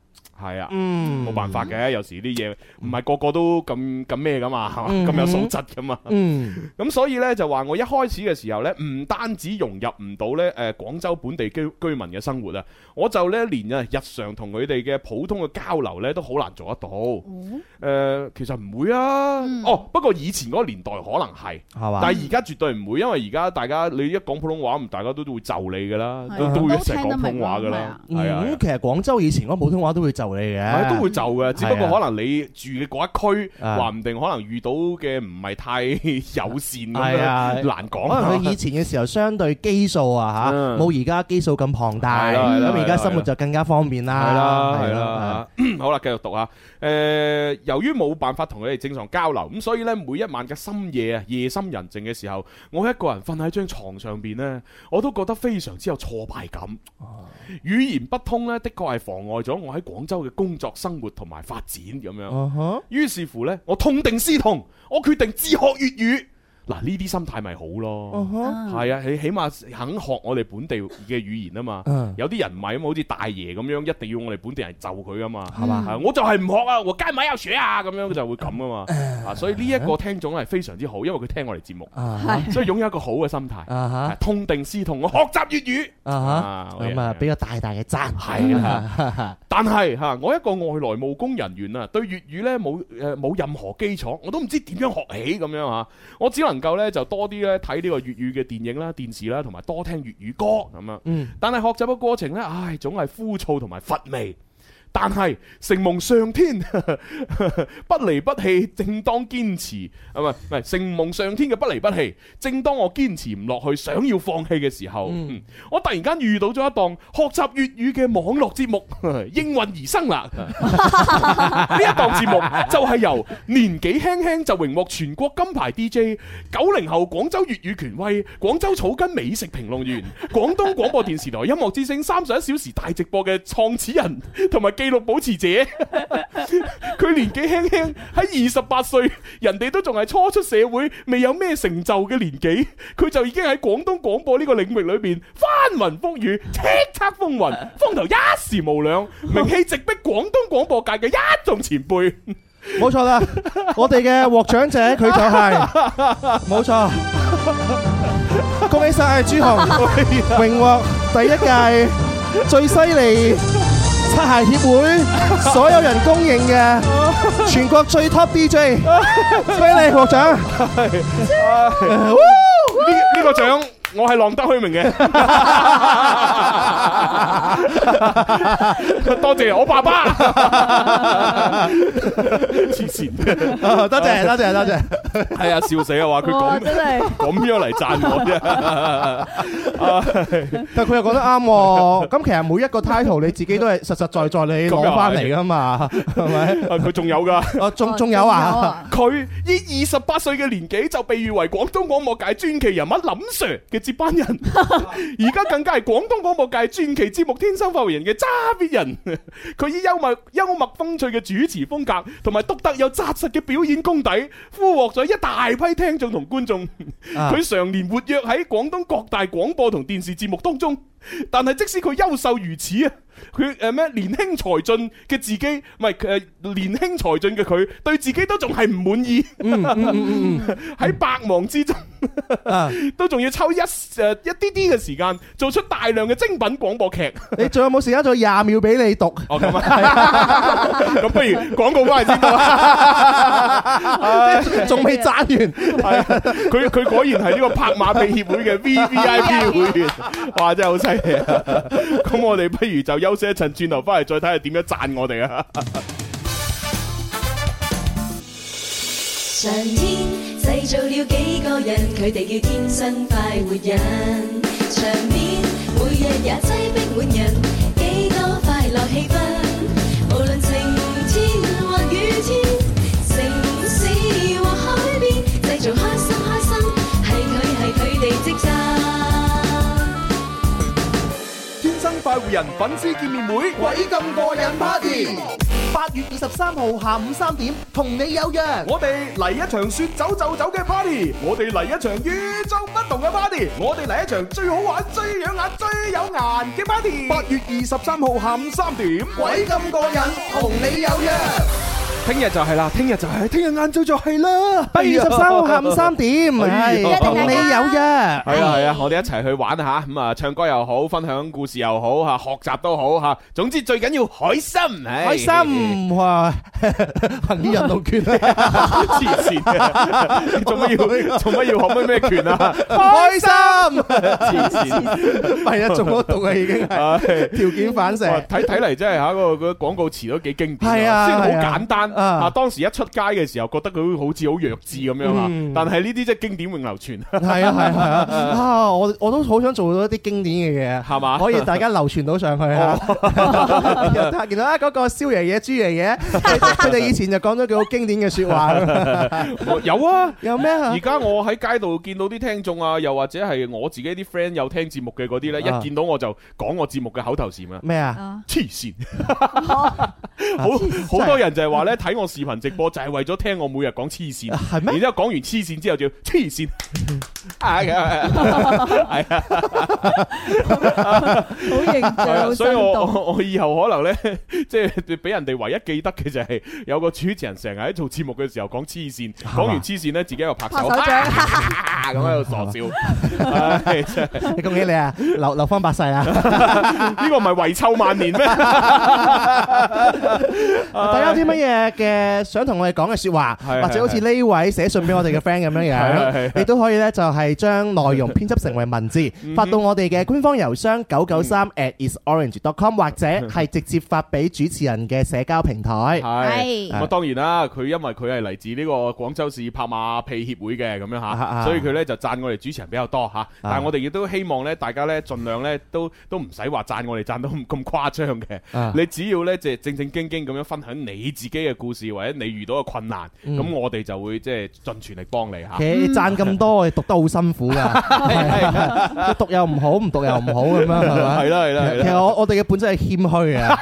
Speaker 2: 係啊。
Speaker 3: 嗯，
Speaker 2: 冇辦法。嘅，有時啲嘢唔係個個都咁咁咩噶嘛，係嘛咁有素質噶嘛。
Speaker 3: 嗯，
Speaker 2: 咁所以呢，就話我一開始嘅時候呢，唔單止融入唔到呢誒廣州本地居居民嘅生活啊，我就呢連啊日常同佢哋嘅普通嘅交流呢都好難做得到。誒、其實唔會啊。
Speaker 4: 嗯
Speaker 2: 哦，不過以前嗰個年代可能係。
Speaker 3: 係嘛？
Speaker 2: 但係而家絕對唔會，因為而家大家你一講普通話，唔大家都都會就你噶啦，
Speaker 4: 係啊
Speaker 2: 都都會一齊
Speaker 4: 都聽
Speaker 2: 講
Speaker 4: 得
Speaker 2: 普通
Speaker 4: 明
Speaker 2: 話噶
Speaker 4: 係
Speaker 2: 啦
Speaker 4: 啊，
Speaker 2: 係啊，
Speaker 3: 嗯，其實廣州以前嗰普通話都會就你
Speaker 2: 係
Speaker 3: 嘅，
Speaker 2: 都會就嘅，只不過可能你住嘅嗰一區，
Speaker 3: 啊
Speaker 2: 話唔定可能遇到嘅唔係太友善咁
Speaker 3: 係啊
Speaker 2: 樣，難講
Speaker 3: 可能佢
Speaker 2: 啊。
Speaker 3: 以前嘅時候相對基數啊嚇，
Speaker 2: 嗯
Speaker 3: 冇而家基數咁龐大，
Speaker 2: 係啦係啦
Speaker 3: 咁而家
Speaker 2: 係啦
Speaker 3: 生活就更加方便啦。
Speaker 2: 係啦，係
Speaker 3: 係啊
Speaker 2: 啦，， <clears throat> 好啦，繼續讀下。啊誒，由於冇辦法同佢哋正常交流，咁所以呢，每一晚嘅深夜啊，夜深人靜嘅時候，我一個人瞓喺張床上邊呢，我都覺得非常之有挫敗感。語言不通呢，的確係妨礙咗我喺廣州嘅工作、生活同埋發展咁樣。
Speaker 3: 嗯哼
Speaker 2: 於是乎呢，我痛定思痛，我決定自學粵語。嗱，呢啲心態咪好咯
Speaker 3: 嗯，哼
Speaker 2: 係啊，你起碼肯學我哋本地嘅語言啊嘛。
Speaker 3: 嗯
Speaker 2: 有啲人唔係咁，好似大爺咁樣，一定要我哋本地人就佢啊嘛。
Speaker 3: 係嘛
Speaker 2: 啊我就係唔學啊，我街咪有學啊，咁樣佢就會咁啊嘛。
Speaker 3: 嗯
Speaker 2: 啊，所以呢一個聽眾係非常之好，因為佢聽我哋節目，
Speaker 3: 啊哈
Speaker 4: 係
Speaker 2: 所以擁有一個好嘅心態，
Speaker 3: 啊
Speaker 2: 啊
Speaker 3: 哈
Speaker 2: 痛定思痛，我學習粵語。
Speaker 3: 啊
Speaker 2: 啊
Speaker 3: 哈，
Speaker 2: 好嘢
Speaker 3: 咁啊俾個大大嘅讚，
Speaker 2: 係啊，但係吓，我一個外來務工人員啊，對粵語呢冇誒冇任何基礎，我都唔知點樣學起咁樣吓，我只能夠呢就多啲呢睇呢個粵語嘅電影啦、電視啦，同埋多聽粵語歌咁樣。啊
Speaker 3: 嗯
Speaker 2: 但係學習嘅過程呢，唉，總係枯燥同埋乏味。但係承蒙上天 <laughs> 不離不棄，正當堅持啊，唔係唔係承蒙上天嘅不離不棄。正當我堅持唔落去，想要放棄嘅時候，嗯我突然間遇到咗一檔學習粵語嘅網絡節目， <laughs> 應運而生啦。 <laughs> 呢一檔節目就係由年紀輕輕就榮獲全國金牌 DJ、九零後廣州粵語權威、廣州草根美食評論員、廣東廣播電視台音樂之聲三十一小時大直播嘅創始人同埋記錄保持者。佢年紀輕輕喺二十八歲，人哋都仲係初出社會，未有咩成就嘅年紀，佢就已經喺廣東廣播呢個領域裏邊翻雲覆雨、叱咤風雲，風頭一時無兩，名氣直逼廣東廣播界嘅一眾前輩。
Speaker 3: <laughs> 冇錯啦，我哋嘅獲獎者佢就係
Speaker 2: <laughs>
Speaker 3: 冇錯，恭喜晒朱
Speaker 2: <laughs>
Speaker 3: 紅榮獲第一屆最犀利擦鞋協
Speaker 2: <laughs>
Speaker 3: 會所有人公認嘅全國最 top
Speaker 2: <laughs>
Speaker 3: DJ，俾你獲獎。
Speaker 2: 呢呢個獎我係浪得虛名嘅，多謝我爸爸。黐線，
Speaker 3: 啊多謝多謝多謝，
Speaker 2: 係啊，笑死啊！話佢 <laughs>
Speaker 4: 哇，
Speaker 2: 講
Speaker 4: 真係
Speaker 2: 咁樣嚟讚我
Speaker 4: <laughs>
Speaker 2: 啫。
Speaker 3: 但佢又講得啱喎。咁其實每一個 title 你自己都係實實在在你攞翻嚟噶嘛，係咪？
Speaker 2: 啊，佢仲有噶。
Speaker 3: 啊，
Speaker 4: Ờ,
Speaker 3: 仲仲有啊！，
Speaker 2: 佢以二十八歲嘅年紀就被譽為廣東廣播界傳奇人物林 Sir 嘅接班人，而家更加係廣東廣播界傳奇節目《天生發育人》嘅揸 fit 人。佢以幽默幽默風趣嘅主持風格，同埋獨特又扎實嘅表演功底，俘獲咗一大批聽眾同觀眾。
Speaker 3: 啊
Speaker 2: 佢常年活躍喺廣東各大廣播同電視節目當中，但係即使佢優秀如此啊，佢誒咩年輕才俊嘅自己，唔係誒年輕才俊嘅佢，對自己都仲係唔滿意。嗯 <laughs> 喺百忙之中，
Speaker 3: 啊
Speaker 2: <laughs> 都仲要抽一誒一啲啲嘅時間，做出大量嘅精品廣播劇。
Speaker 3: 你仲有冇時間再廿秒俾你讀？
Speaker 2: 哦，咁啊， <laughs> 咁不如廣告翻嚟先啦。
Speaker 3: <laughs> 仲未賺完，
Speaker 2: <laughs> 係啊佢佢果然係呢個拍馬屁協會 <laughs> 嘅 V V I P 會員，哇，真係好犀利啊！咁我哋不如就休息一陣，轉頭翻嚟再睇下點樣讚我哋啊！
Speaker 1: 上天製造了幾個人，佢哋叫天生快活人。場面每日也擠逼滿人，幾多快樂氣氛。無論晴天或雨天，城市或海邊，製造開心開心，係佢係佢哋職責。
Speaker 2: 天生快活人粉絲見面會，鬼咁過癮 party！
Speaker 3: 八月二十三號下午三點同你有約。
Speaker 2: 我哋嚟一場說走就走嘅 party，我哋嚟一場與眾不同嘅 party，我哋嚟一場最好玩、最養眼、最有顏嘅 party。八月二十三號下午三點，鬼咁過癮，同你有約。聽日就係啦，聽日就係，聽日晏早就係啦。
Speaker 3: 八月二十三號下午三點，
Speaker 2: 哎呀
Speaker 3: 係同你有約。
Speaker 2: 係啊係啊，我哋一齊去玩下，咁啊唱歌又好，分享故事又好吓，學習都好吓，總之最緊要開心，唉
Speaker 3: 開。心 <laughs> 哇！行醫人路券
Speaker 2: <laughs> 黐線嘅，你
Speaker 3: <laughs>
Speaker 2: 做乜要做乜要學咩咩拳啊？
Speaker 3: 開心，
Speaker 2: 黐線，
Speaker 3: 係啊，中咗毒啊已經係
Speaker 2: 唉
Speaker 3: 條件反射
Speaker 2: 哇。睇睇嚟真係嚇個個廣告詞都幾經典，
Speaker 3: 係啊
Speaker 2: 雖然好
Speaker 3: 係啊
Speaker 2: 簡單
Speaker 3: 啊
Speaker 2: 啊，當時一出街嘅時候覺得佢好似好弱智咁樣啊
Speaker 3: 嗯，
Speaker 2: 但係呢啲真係經典永
Speaker 3: <laughs>
Speaker 2: 流傳，
Speaker 3: 係啊係啊係啊！啊，我我都好想做到一啲經典嘅嘢，
Speaker 2: 係嘛
Speaker 3: 可以大家流傳到上去啊！ <laughs> 又得見到啊，嗰個蕭爺爺、豬爺爺，佢哋佢哋以前就講咗句好經典嘅説話，
Speaker 2: 我有啊。
Speaker 3: 有咩啊
Speaker 2: 而？家我喺街度見到啲聽眾啊，又或者係我自己啲 friend 有聽節目嘅嗰啲呢，
Speaker 3: 啊
Speaker 2: 一見到我就講我節目嘅口頭禪啊，
Speaker 3: 咩
Speaker 4: <laughs>
Speaker 3: 啊？
Speaker 2: 黐線！
Speaker 4: 哦啊
Speaker 2: 好好多人就係話呢，睇我視頻直播就係為咗聽我每日講黐線，
Speaker 4: 啊
Speaker 3: 係咩
Speaker 2: 然之後講完黐線之後就要黐
Speaker 4: <laughs>
Speaker 2: 線，係啊係啊。
Speaker 4: 好
Speaker 2: 係
Speaker 4: 形象，
Speaker 2: 啊
Speaker 4: 好
Speaker 2: 所以
Speaker 4: 生
Speaker 2: 我
Speaker 4: 動。
Speaker 2: 我我以後可能咧， <laughs> 即係俾人哋唯一記得嘅就係有個主持人成日喺做節目嘅時候講黐線，講完黐線咧自己喺度拍手，
Speaker 4: 啊拍手掌
Speaker 2: 啊咁喺度傻笑，唉真係
Speaker 3: 你恭喜你啊！流流芳百世啊！
Speaker 2: 呢個唔係遺臭萬年咩？
Speaker 3: 大家有啲乜嘢嘅想同我哋講嘅説話，
Speaker 2: 啊 <laughs> 係
Speaker 3: 或者好似呢位寫信俾我哋嘅 friend 咁樣
Speaker 2: 係係
Speaker 3: 樣，
Speaker 2: 係嗯
Speaker 3: 你都可以呢，就係將內容編輯成為文字，發到我哋嘅官方郵箱九九三 at isorange.com，或者
Speaker 2: 嗯
Speaker 3: 係直接發俾主持人嘅社交平台。
Speaker 2: 係
Speaker 4: 係
Speaker 2: 咁啊，當然啦，佢因為佢係嚟自呢個廣州市拍馬屁協會嘅咁樣
Speaker 3: 啊
Speaker 2: 吓，
Speaker 3: 啊
Speaker 2: 所以佢咧就讚我哋主持人比較多吓。但係我哋亦都希望咧，大家咧盡量咧都都唔使話讚我哋讚到咁咁誇張
Speaker 3: 啊
Speaker 2: 嘅。你只要咧即係正正經經咁樣分享你自己嘅故事或者你遇到嘅困難，咁我哋就會即係盡全力幫你吓
Speaker 3: 嗯其。實你賺咁多，我哋讀得好辛苦
Speaker 2: <laughs>
Speaker 3: 噶，讀又唔好，唔讀又唔好咁樣，係咪？
Speaker 2: 係啦係啦係
Speaker 3: 其實
Speaker 2: 啦，
Speaker 3: 我我哋嘅本質係謙虛
Speaker 2: <laughs>
Speaker 3: 啊，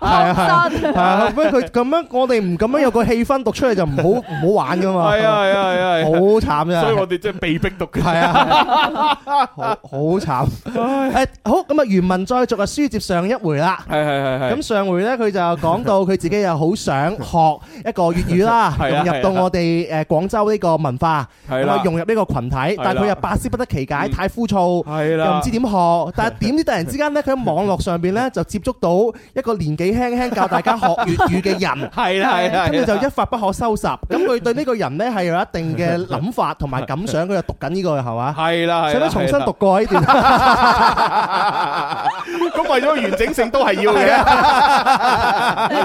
Speaker 3: 係啊係啊，不過佢咁樣，我哋唔咁樣有個氣氛讀出嚟就唔好唔好玩噶嘛，
Speaker 2: 係啊係啊係啊係啊，
Speaker 3: 好慘
Speaker 2: 所
Speaker 3: 啊！
Speaker 2: 以我哋即係被逼讀嘅。
Speaker 3: 係
Speaker 2: <laughs>
Speaker 3: 啊，好好慘。誒，好咁啊，原文再續啊，書接上一回啦。
Speaker 2: 係係係係。
Speaker 3: 咁上回呢，佢就講到佢自己又好想學一個粵語啦，
Speaker 2: 係啊
Speaker 3: 融入到我哋誒廣州呢個文化，
Speaker 2: 係
Speaker 3: 咁
Speaker 2: 啦
Speaker 3: 啊融入呢個群體，但係佢
Speaker 2: 係啦嗯
Speaker 3: 又百思不得其解，太枯燥。
Speaker 2: 係
Speaker 3: 又唔
Speaker 2: 啦
Speaker 3: 知。點學，但係點知突然之間呢，佢喺網絡上邊呢，就接觸到一個年紀輕輕教大家學粵語嘅人，
Speaker 2: 係啦係啦，
Speaker 3: 跟住就一發不可
Speaker 2: <laughs>
Speaker 3: 收拾。咁佢對呢個人呢，係有一定嘅諗法同埋感想，佢就讀緊呢個係嘛？
Speaker 2: 係啦係啦，
Speaker 3: 使唔使重新
Speaker 2: 係啦
Speaker 3: 讀過呢段？
Speaker 2: <laughs> 咁為咗完整性都係要嘅，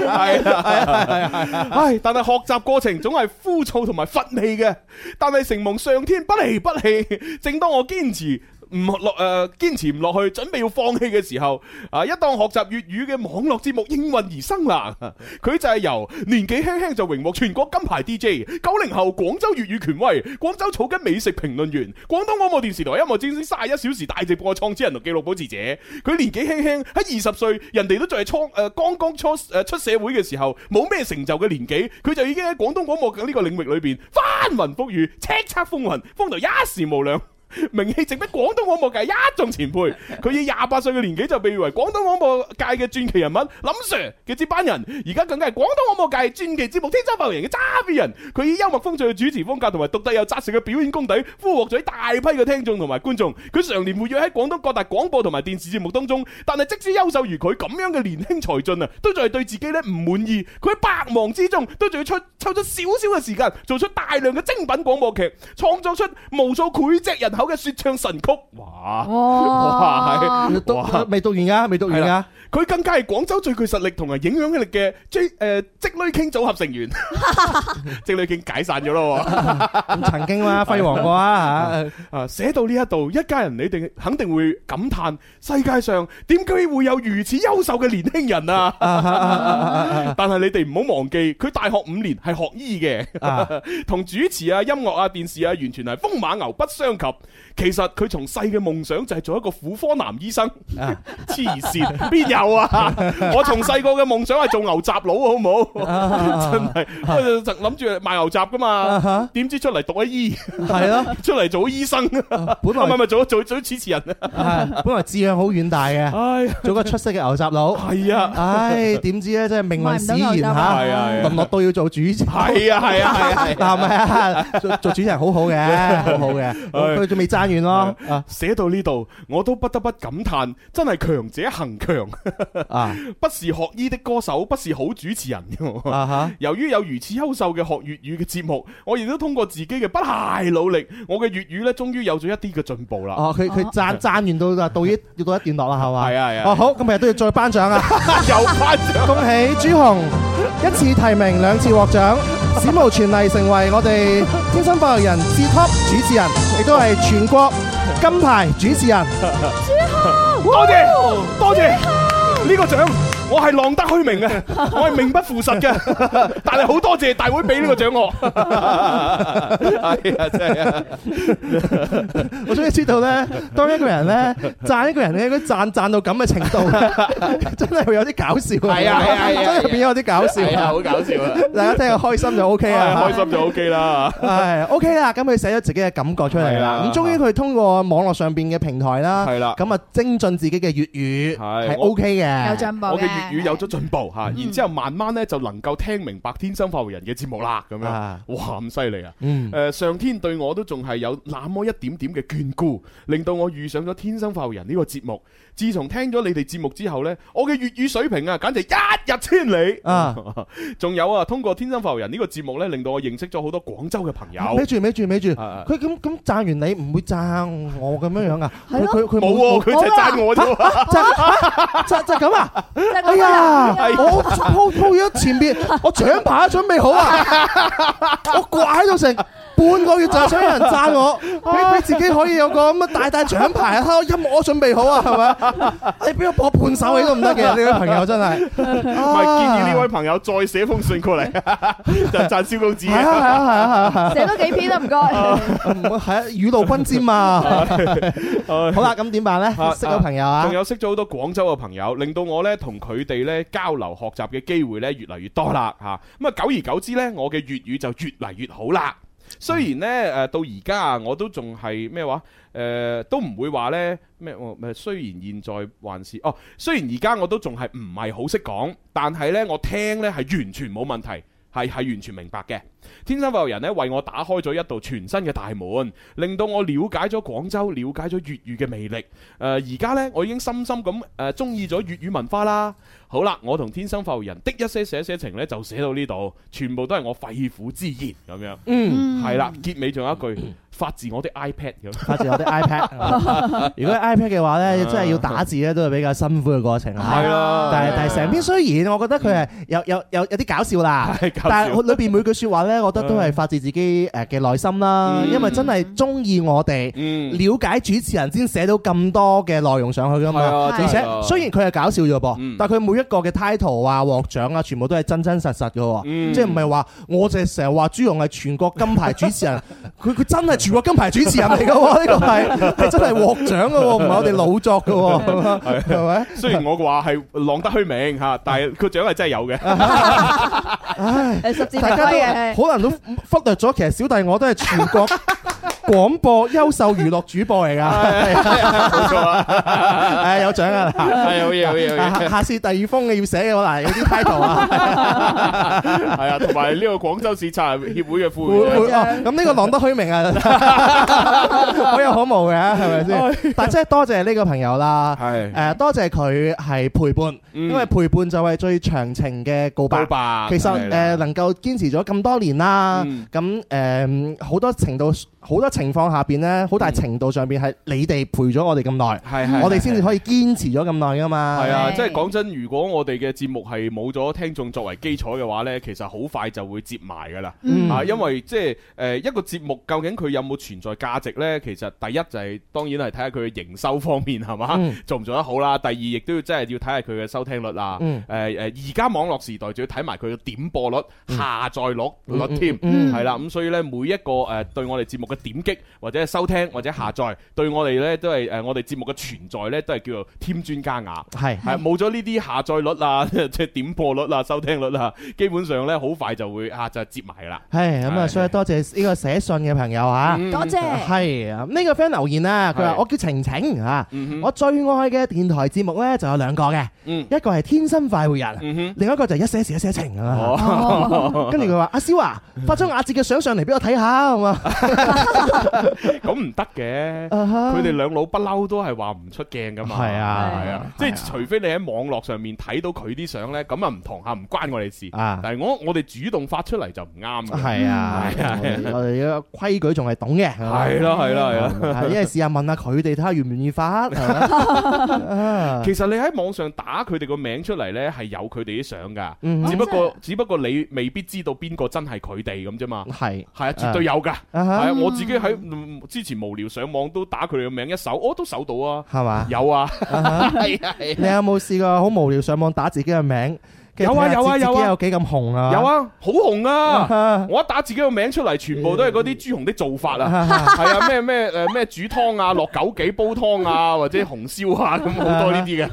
Speaker 2: 係啊，係唉，但係學習過程總係枯燥同埋乏味嘅，但係承蒙上天不離不棄，正當我堅持。唔落誒，堅持唔落去，準備要放棄嘅時候，啊！一當學習粵語嘅網絡節目應運而生啦，佢就係由年紀輕輕就榮獲全國金牌 DJ，九零後廣州粵語權威，廣州草根美食評論員，廣東廣播電視台音樂之星三十一小時大直播嘅創始人同記錄保持者。佢年紀輕輕喺二十歲，人哋都仲係初誒剛剛出誒出社會嘅時候，冇咩成就嘅年紀，佢就已經喺廣東廣播嘅呢個領域裏邊翻雲覆雨、叱咤風雲，風頭一時無兩。名氣直逼廣東廣播界一眾前輩，佢以廿八歲嘅年紀就被譽為廣東廣播界嘅傳奇人物林 Sir 嘅接班人，而家更加係廣東廣播界傳奇節目《天生發人》嘅揸 fit 人。佢以幽默風趣嘅主持風格同埋獨特又扎實嘅表演功底，俘獲咗大批嘅聽眾同埋觀眾。佢常年活躍喺廣東各大廣播同埋電視節目當中，但係即使優秀如佢咁樣嘅年輕才俊啊，都仲係對自己咧唔滿意。佢喺百忙之中都仲要出抽出少少嘅時間，做出大量嘅精品廣播劇，創作出無數膾炙人口嘅說唱神曲。哇！哇
Speaker 4: 哇！
Speaker 2: 係
Speaker 3: <laughs> 讀
Speaker 2: 哇
Speaker 3: 未讀完㗎，未讀完
Speaker 2: 係
Speaker 3: 㗎
Speaker 2: 啦。佢更加係廣州最具實力同埋影響力嘅 J 誒積女傾組合成 <laughs> 員，積女傾解散咗咯喎。
Speaker 3: 咁曾經
Speaker 2: <laughs>
Speaker 3: 啦，輝煌過啊
Speaker 2: 啊，寫到呢一度，一家人你哋肯定會感嘆：世界上點解會有如此優秀嘅年輕人啊！但係你哋唔好忘記，佢大學五年係學醫
Speaker 3: 啊
Speaker 2: 嘅，同主持啊、音樂啊、電視啊，完全係風馬牛不相及。
Speaker 3: 啊
Speaker 2: 其實佢從細嘅夢想就係做一個婦科男醫生，黐線邊有夠
Speaker 3: <laughs>
Speaker 2: 啊！我從細個嘅夢想係做牛雜佬，好唔好？真係，我就諗住賣牛雜噶
Speaker 3: 啊
Speaker 2: 嘛，
Speaker 3: 哈，
Speaker 2: 點知出嚟讀咗醫， <laughs>
Speaker 3: 係咯，
Speaker 2: 出嚟做咗醫生，唔
Speaker 3: 本
Speaker 2: 係唔
Speaker 3: 來
Speaker 2: 係做做做主持人啊！
Speaker 3: 係本來志向好遠大嘅，
Speaker 2: 唉，
Speaker 3: 做個出色嘅牛雜佬，
Speaker 2: 係啊，
Speaker 3: 唉，點知咧真係命運使然嚇，
Speaker 2: 係啊係啊
Speaker 3: 淪落到要做主持。
Speaker 2: 係啊，係啊，係啊，係啊
Speaker 3: 嗱，唔係啊，做做主持人好好嘅，好好嘅，佢仲未爭完咯，啊
Speaker 2: 寫到呢度，我都不得不感嘆，真係強者恒強，
Speaker 3: 啊
Speaker 2: 不是學醫的歌手，不是好主持人。
Speaker 3: 啊嚇，
Speaker 2: 由於有如此優秀嘅學粵語嘅節目，我亦都通過自己嘅不懈努力，我嘅粵語呢，終於有咗一啲嘅進步啦。 <laughs>
Speaker 3: 哦，佢佢贊贊完到到呢要到一段落啦，係嘛？
Speaker 2: 啊係啊係啊
Speaker 3: 哦好，咁咪都要再頒獎啊！
Speaker 2: <laughs> 又翻咗
Speaker 3: 恭喜朱紅一次提名兩次獲獎，史無前例成為我哋天生發育人至 top 主持人，亦都係全國金牌主持
Speaker 2: <laughs>
Speaker 3: 人。
Speaker 2: 多謝多謝呢個獎，我係浪得虛名 <laughs> 嘅，我係名不符實嘅，但係好多謝大會俾呢個獎 <laughs> 我。係啊，真係啊
Speaker 3: 我終於知道咧，當一個人咧讚一個人咧，應該讚讚到咁嘅程
Speaker 2: <laughs>
Speaker 3: 度，真係會有啲搞笑。
Speaker 2: 係啊係啊係啊
Speaker 3: 真係變咗有啲搞
Speaker 2: 係啊，
Speaker 3: 笑。
Speaker 2: 好搞笑啊！
Speaker 3: 大家聽下開心就 O K 啊，
Speaker 2: 開心就
Speaker 3: <laughs>
Speaker 2: OK 啦。
Speaker 3: 係 OK 啦。咁佢寫咗自己嘅感覺出嚟
Speaker 2: 係啊
Speaker 3: 啦。咁終於佢通過網絡上邊嘅平台啦，
Speaker 2: 係啦
Speaker 3: 咁啊精進自己嘅粵語
Speaker 2: 係
Speaker 3: 係
Speaker 2: 我
Speaker 3: O K 嘅，
Speaker 4: 有進步
Speaker 2: 我嘅粵語有咗進步嚇，然之後慢慢咧就能夠聽明白天生發育人嘅節目啦，咁樣
Speaker 3: 啊
Speaker 2: 哇咁犀利啊！
Speaker 3: 嗯
Speaker 2: 誒、。上天對我都仲係有那麼一點點嘅眷顧，令到我遇上咗《天生發育人》呢個節目。自從聽咗你哋節目之後呢，我嘅粵語水平啊，簡直一日千里
Speaker 3: 啊！
Speaker 2: 仲有啊，通過《天生發育人》呢個節目呢，令到我認識咗好多廣州
Speaker 3: <laughs>
Speaker 2: 嘅朋友。
Speaker 3: 咪住咪住咪住，
Speaker 2: 啊
Speaker 3: 佢咁咁讚完你唔會讚我咁樣樣噶，佢
Speaker 4: 係咯
Speaker 3: 佢佢
Speaker 2: 冇哦喎，佢就係讚我啫喎。
Speaker 3: 讚讚讚咁啊！
Speaker 4: 即係嗰
Speaker 3: 哎
Speaker 4: 個
Speaker 3: 呀
Speaker 4: 人，
Speaker 3: 我鋪鋪咗前邊，我獎牌都準備好
Speaker 2: <laughs>
Speaker 3: 啊！我掛喺度成半個月就係想有人讚
Speaker 2: <laughs>
Speaker 3: 我，俾俾自己可以有個咁嘅大大獎牌啊！音樂我準備好啊，係
Speaker 2: <laughs>
Speaker 3: 咪？你俾我搏半首你都唔得嘅，你啲朋友真係。啊
Speaker 2: 唔係建議呢位
Speaker 3: 位。
Speaker 2: 朋友再寫封信過嚟，
Speaker 3: <laughs>
Speaker 2: 就讚蕭公子
Speaker 3: 係。啊係啊係啊係啊！
Speaker 4: 寫多幾篇啦，唔
Speaker 2: <laughs>
Speaker 4: 該。
Speaker 3: 唔好係啊，雨露均沾嘛。 <laughs> 好啦，咁點辦咧？識咗朋友啊
Speaker 2: 仲，有識咗好多廣州嘅朋友，令到我呢同佢哋呢交流學習嘅機會呢越嚟越多啦嚇。咁啊，久而久之呢，我嘅粵語就越嚟越好啦。雖然呢，誒到而家啊，我都仲係咩話誒，都唔會話呢咩。我咪雖然現在還是哦，雖然而家我都仲係唔係好識講，但係呢，我聽呢係完全冇問題，係係完全明白嘅。天生發育人呢，為我打開咗一道全新嘅大門，令到我了解咗廣州，了解咗粵語嘅魅力。誒而家呢，我已經深深咁誒中意咗粵語文化啦。好啦，我同天生發育人的一些寫寫情呢，就寫到呢度，全部都係我肺腑之言咁樣。
Speaker 3: 嗯，
Speaker 2: 係啦，結尾仲有一句發自我的 iPad 咁。
Speaker 3: 發自我啲
Speaker 2: <laughs>
Speaker 3: iPad。如果 iPad 嘅話咧，真係要打字咧，都係比較辛苦嘅過程啦。
Speaker 2: 啊係啊啦
Speaker 3: 但係但係成篇雖然我覺得佢係有有有有啲搞笑
Speaker 2: <laughs>
Speaker 3: 啦，
Speaker 2: 係搞笑
Speaker 3: 但係裏邊每句説話咧，我覺得都係發自自己誒嘅內心啦，
Speaker 2: 嗯
Speaker 3: 因為真係中意我哋。
Speaker 2: 嗯，
Speaker 3: 了解主持人先寫到咁多嘅內容上去噶嘛，
Speaker 2: 係啊
Speaker 3: 而
Speaker 2: 真
Speaker 3: 且
Speaker 2: 係啊
Speaker 3: 雖然佢係搞笑咗噃，
Speaker 2: 嗯
Speaker 3: 但係佢每一個嘅 title 啊、獲獎啊，全部都係真真實實嘅喎，
Speaker 2: 嗯
Speaker 3: 即係唔係話我就係成日話朱容係全國金牌主持
Speaker 2: <laughs>
Speaker 3: 人，佢佢真係全國金牌主持人嚟嘅喎，呢個係係真係獲獎嘅喎，唔係我哋老作嘅
Speaker 2: <laughs>
Speaker 3: 喎，係咪？
Speaker 2: 雖然我話係浪得虛名嚇，但係個獎係真係有嘅。
Speaker 3: 唉，
Speaker 4: 誒十字
Speaker 3: 大
Speaker 4: 大
Speaker 3: 家
Speaker 4: 嘅，
Speaker 3: 都可能都忽略咗，其實小弟我都係全
Speaker 2: <laughs>
Speaker 3: 國廣播優秀娛樂主播嚟㗎，
Speaker 2: 冇錯啊，
Speaker 3: 係有獎啊！嗱
Speaker 2: 係好嘢好嘢好
Speaker 3: <laughs> 下
Speaker 2: 嘢。
Speaker 3: 下次第二封你要寫嘅話，嗱有啲 title 啊，
Speaker 2: 係啊，同埋呢個廣州市茶協會嘅副
Speaker 3: 會
Speaker 2: 會
Speaker 3: 會哦，咁呢個浪得虛名
Speaker 2: <laughs>
Speaker 3: 啊，可有可無嘅，係咪先？但真係多謝呢個朋友啦，
Speaker 2: 哎係
Speaker 3: 誒多謝佢係陪伴，
Speaker 2: 嗯
Speaker 3: 因為陪伴就係最長情嘅告白。
Speaker 2: 白
Speaker 3: 其實
Speaker 2: 係
Speaker 3: 誒
Speaker 2: 啦
Speaker 3: 能夠堅持咗咁多年啦
Speaker 2: 嗯，
Speaker 3: 咁誒好多程度好多情況下邊咧，好大程度上邊係你哋陪咗我哋咁耐，
Speaker 2: 係嗯係
Speaker 3: 我哋先至
Speaker 2: 係
Speaker 3: 可以堅持咗咁耐噶嘛。
Speaker 2: 係啊，
Speaker 4: 係
Speaker 2: 即係講真，如果我哋嘅節目係冇咗聽眾作為基礎嘅話呢，其實好快就會接埋㗎啦。
Speaker 3: 嗯
Speaker 2: 啊，因為即係誒一個節目究竟佢有冇存在價值呢？其實第一就係、當然係睇下佢嘅營收方面係嘛，
Speaker 3: 嗯
Speaker 2: 做唔做得好啦。第二亦都要真係要睇下佢嘅收聽率啦。誒誒、
Speaker 3: 嗯
Speaker 2: 而家網絡時代仲要睇埋佢嘅點播率、下載率率
Speaker 3: 嗯
Speaker 2: 添。
Speaker 3: 嗯
Speaker 2: 呃係啦，咁所以呢，每一個誒對我哋節目嘅點點擊或者係收聽或者下載，對我哋呢都係誒我哋節目嘅存在呢都係叫做添磚加瓦。
Speaker 3: 係
Speaker 2: 係冇咗呢啲下載率啊， <laughs> 即係點播率啊、收聽率啊，基本上呢好快就會啊就接埋㗎啦。
Speaker 3: 係咁啊，
Speaker 2: 係
Speaker 3: 所以多謝呢個寫信嘅朋友啊嚇。
Speaker 4: 多謝。
Speaker 3: <laughs> 係啊，呢個 friend 留言啊，佢話
Speaker 2: 係
Speaker 3: 我叫晴晴啊，我最愛嘅電台節目呢就有兩個嘅，
Speaker 2: 嗯
Speaker 3: 一個係天生快活
Speaker 2: 嗯
Speaker 3: 人
Speaker 2: <laughs> 哼，
Speaker 3: 另一個就係一些事一些情啊。
Speaker 4: 哦
Speaker 3: 跟住佢話：阿蕭
Speaker 2: <laughs>
Speaker 3: 啊，發張雅哲嘅相上嚟俾我睇下，咁啊，
Speaker 2: 咁唔得嘅，
Speaker 3: 啊哈
Speaker 2: 佢哋兩老不嬲都係話唔出鏡㗎嘛。
Speaker 3: 係啊
Speaker 2: 係啊，即係除非你喺網絡上面睇到佢啲相呢，咁啊唔同嚇，唔關我哋事。
Speaker 3: 啊
Speaker 2: 但係我我哋主動發出嚟就唔啱嘅。
Speaker 3: 係啊，
Speaker 2: <laughs> 係啊
Speaker 3: 我哋我哋嘅規矩仲係懂嘅，係嘛嗯
Speaker 2: 係啦係啦係啊啦。
Speaker 3: 係啊一係試下問下佢哋睇下願唔願意發，係
Speaker 2: <laughs>
Speaker 3: 咪啊
Speaker 2: 其實你喺網上打佢哋個名出嚟呢，係有佢哋啲相噶，
Speaker 3: 嗯
Speaker 2: 只不過只不過你未必知道邊個真係佢哋咁啫嘛。
Speaker 3: 係
Speaker 2: 係啊，絕對有噶。係
Speaker 3: 啊哈
Speaker 2: 啊，我自己喺嗯之前無聊上網都打佢哋嘅名一搜，我都搜到啊，
Speaker 3: 係嘛？
Speaker 2: 有啊， <laughs>
Speaker 3: <laughs> 你有冇試過好無聊上網打自己嘅名？跟住
Speaker 2: 有啊
Speaker 3: 睇下
Speaker 2: 有啊
Speaker 3: 自
Speaker 2: 有
Speaker 3: 自己
Speaker 2: 啊
Speaker 3: 有幾咁紅啊？
Speaker 2: 有啊，好紅啊！
Speaker 3: 啊！
Speaker 2: 我一打自己個名出嚟，全部都係嗰啲朱紅的做法啊，係啊，咩咩誒咩煮湯啊，落枸杞煲湯啊，或者紅燒啊，咁好多呢啲嘅， <laughs>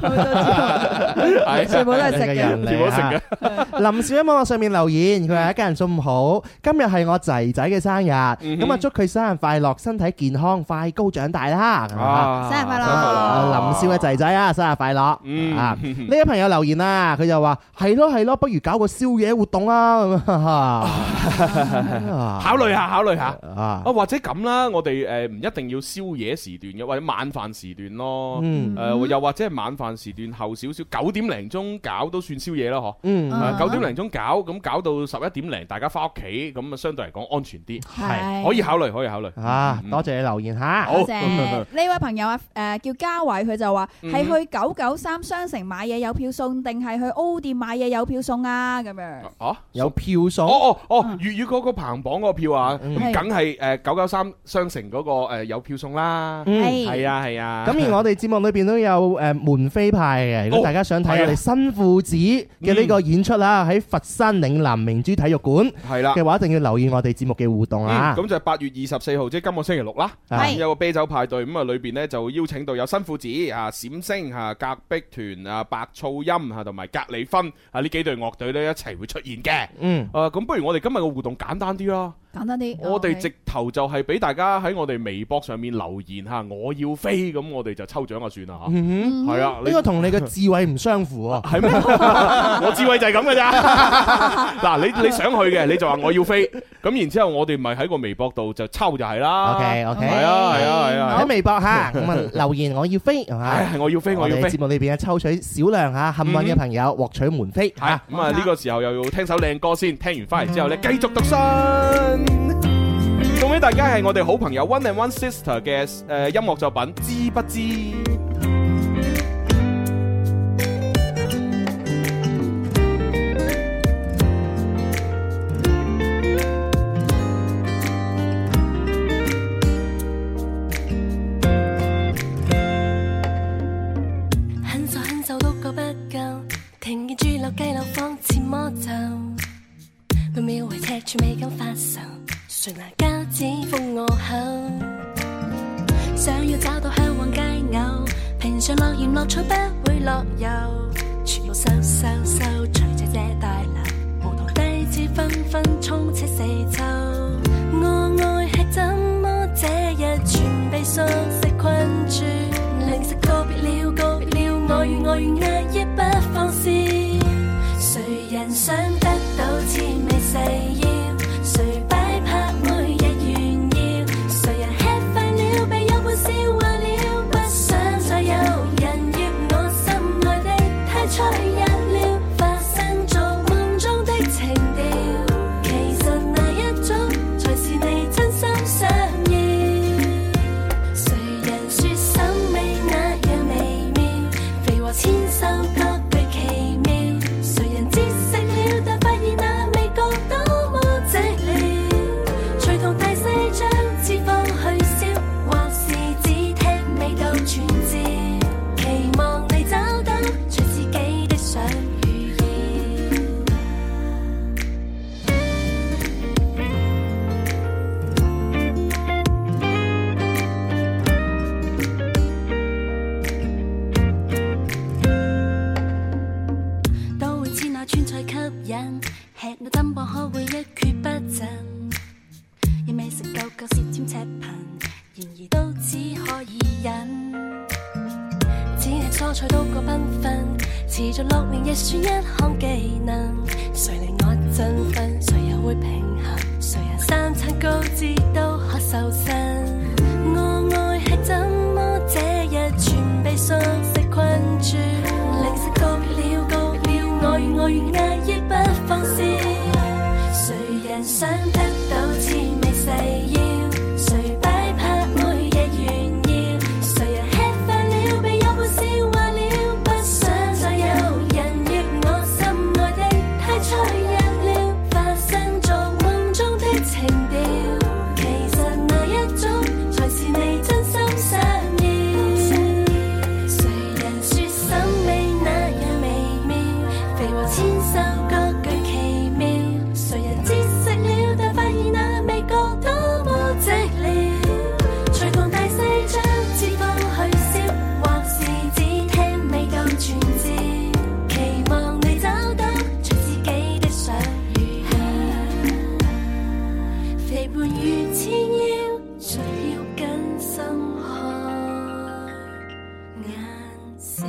Speaker 2: 係啊
Speaker 4: 全部都係
Speaker 3: 你
Speaker 4: 食
Speaker 3: 嘅人
Speaker 4: 嘅，
Speaker 3: 嚟
Speaker 2: 全部都食嘅。
Speaker 3: 林少喺網絡上面留言，佢話一家人中午好，今日係我仔仔嘅生日，
Speaker 2: 嗯
Speaker 3: 咁啊祝佢生日快樂，身體健康，快高長大啦！咁啊
Speaker 2: 啊
Speaker 4: 生日快樂
Speaker 3: 啊林少嘅仔仔啊，生日快樂！
Speaker 2: 嗯
Speaker 3: 啊，呢位朋友留言啊，佢就話係咯係咯，不如搞個宵夜活動啊咁啊！
Speaker 2: 考慮下，考慮下。
Speaker 3: 啊，
Speaker 2: <laughs> 啊，或者咁啦，我哋誒唔一定要宵夜時段嘅，或者晚飯時段咯。誒、
Speaker 3: 嗯
Speaker 2: 又或者係晚飯時段後少少，九點零鐘搞都算宵夜啦，嗬。
Speaker 3: 嗯，
Speaker 2: 誒
Speaker 4: 啊
Speaker 2: 九點零鐘搞，咁搞到十一點零，大家翻屋企，咁啊相對嚟講安全啲，
Speaker 4: 係
Speaker 2: 可以考慮，可以考慮。
Speaker 3: 啊，多謝你留言吓。
Speaker 2: 好
Speaker 4: 多謝
Speaker 2: <laughs>
Speaker 4: 呢位朋友啊，誒叫嘉偉，佢就話係去九九三商城買嘢有票送，定係去 O 店買嘢有票送啊？咁樣
Speaker 2: 啊，
Speaker 3: 有票
Speaker 2: 哦
Speaker 3: 數，
Speaker 2: 哦哦，粵語嗰個排行榜嗰個票啊，咁
Speaker 4: 係
Speaker 2: 梗係誒九九三商城嗰個誒有票送啦，
Speaker 3: 嗯，
Speaker 2: 係啊係啊。
Speaker 3: 咁而我哋節目裏邊都有誒門飛派嘅，如果
Speaker 2: 哦
Speaker 3: 大家想睇
Speaker 2: 係啊嗯
Speaker 3: 我哋新父子嘅呢個演出啦，喺佛山嶺南明珠體育館
Speaker 2: 係啦。
Speaker 3: 嘅話，一定要留意我哋節目嘅互動啊
Speaker 2: 啊嗯，！咁就係八月二十四號，即係今個星期六啦。
Speaker 3: 係
Speaker 2: 啊咁有個啤酒派對，咁啊裏邊呢就邀請到有新褲子啊、閃星啊、隔壁團啊、白噪音啊同埋隔離分啊呢幾隊樂隊呢一齊會出現嘅。
Speaker 3: 嗯，
Speaker 2: 啊，咁不如我哋今日嘅互動簡單啲啦。
Speaker 4: 簡單啲。
Speaker 2: 我哋
Speaker 4: OK
Speaker 2: 直頭就係俾大家喺我哋微博上面留言吓，我要飛，咁我哋就抽獎就算 <laughs> 啦吓。係啊，
Speaker 3: 呢個同你嘅智慧唔相符
Speaker 2: <laughs>
Speaker 3: 喎。
Speaker 2: 系咩？我智慧就係咁嘅 <laughs> 咋。嗱，你你想去嘅，你就話我要飛，咁然之后我哋咪喺個微博度就抽就係啦。
Speaker 3: OK OK，
Speaker 2: 係啊係啊係啊
Speaker 3: 喺微博吓，咁啊留言我要
Speaker 2: <laughs>
Speaker 3: 飛係嘛？
Speaker 2: 唉，我要飛，我
Speaker 3: 我
Speaker 2: 要
Speaker 3: 哋
Speaker 2: 飛
Speaker 3: 節。目裏邊嘅抽取少量嚇幸運嘅朋友獲取門飛
Speaker 2: 係
Speaker 3: 嚇。
Speaker 2: 咁啊，呢個時候又要聽首靚歌先，聽完翻嚟之後呢，繼續讀信。送俾大家係我哋好朋友 One and One Sister 嘅诶音樂作品《知不知》。
Speaker 9: 很久很久都覺不夠，聽見豬柳雞柳坊似魔咒，每秒為赤柱未敢發愁，誰拿膠紙封我口？想要找到向往佳偶，平常落鹽落醋不會落油，全部收收收，隨着這大流，無糖低脂紛紛充斥四周。我愛吃怎麼這日全被素食困住？零食告別了，告別了，我與我與壓抑不放肆。誰人想得到滋味誓要？誰擺拍每日炫耀？誰人吃快了被有伴笑話了？不想再有人要我心愛的，太脆弱了，化身做夢中的情調。其實那一賽都過繽紛，持續六年亦算一項技能。誰令我振奮？誰又會平衡？誰人三餐高至都可瘦身？我愛係怎麼這日全被素食困住？零食告別了，告別了，我與我與壓抑不放肆。誰人想得到滋味誓要？誰擺拍每日炫耀？誰人吃飯了被有伴笑話了？不想再有人要我心愛的，太脆弱了，化身做夢中的情調。其實那一種才是你真心想要。誰人說審美那樣美妙，肥和纖瘦各具奇妙。誰人節食了，但發現那味覺多麼寂寥。隨同大細將脂肪去消，或是只聽未夠傳召。期望你找到隨自己的想與向，肥胖如千腰，除了跟心看眼視。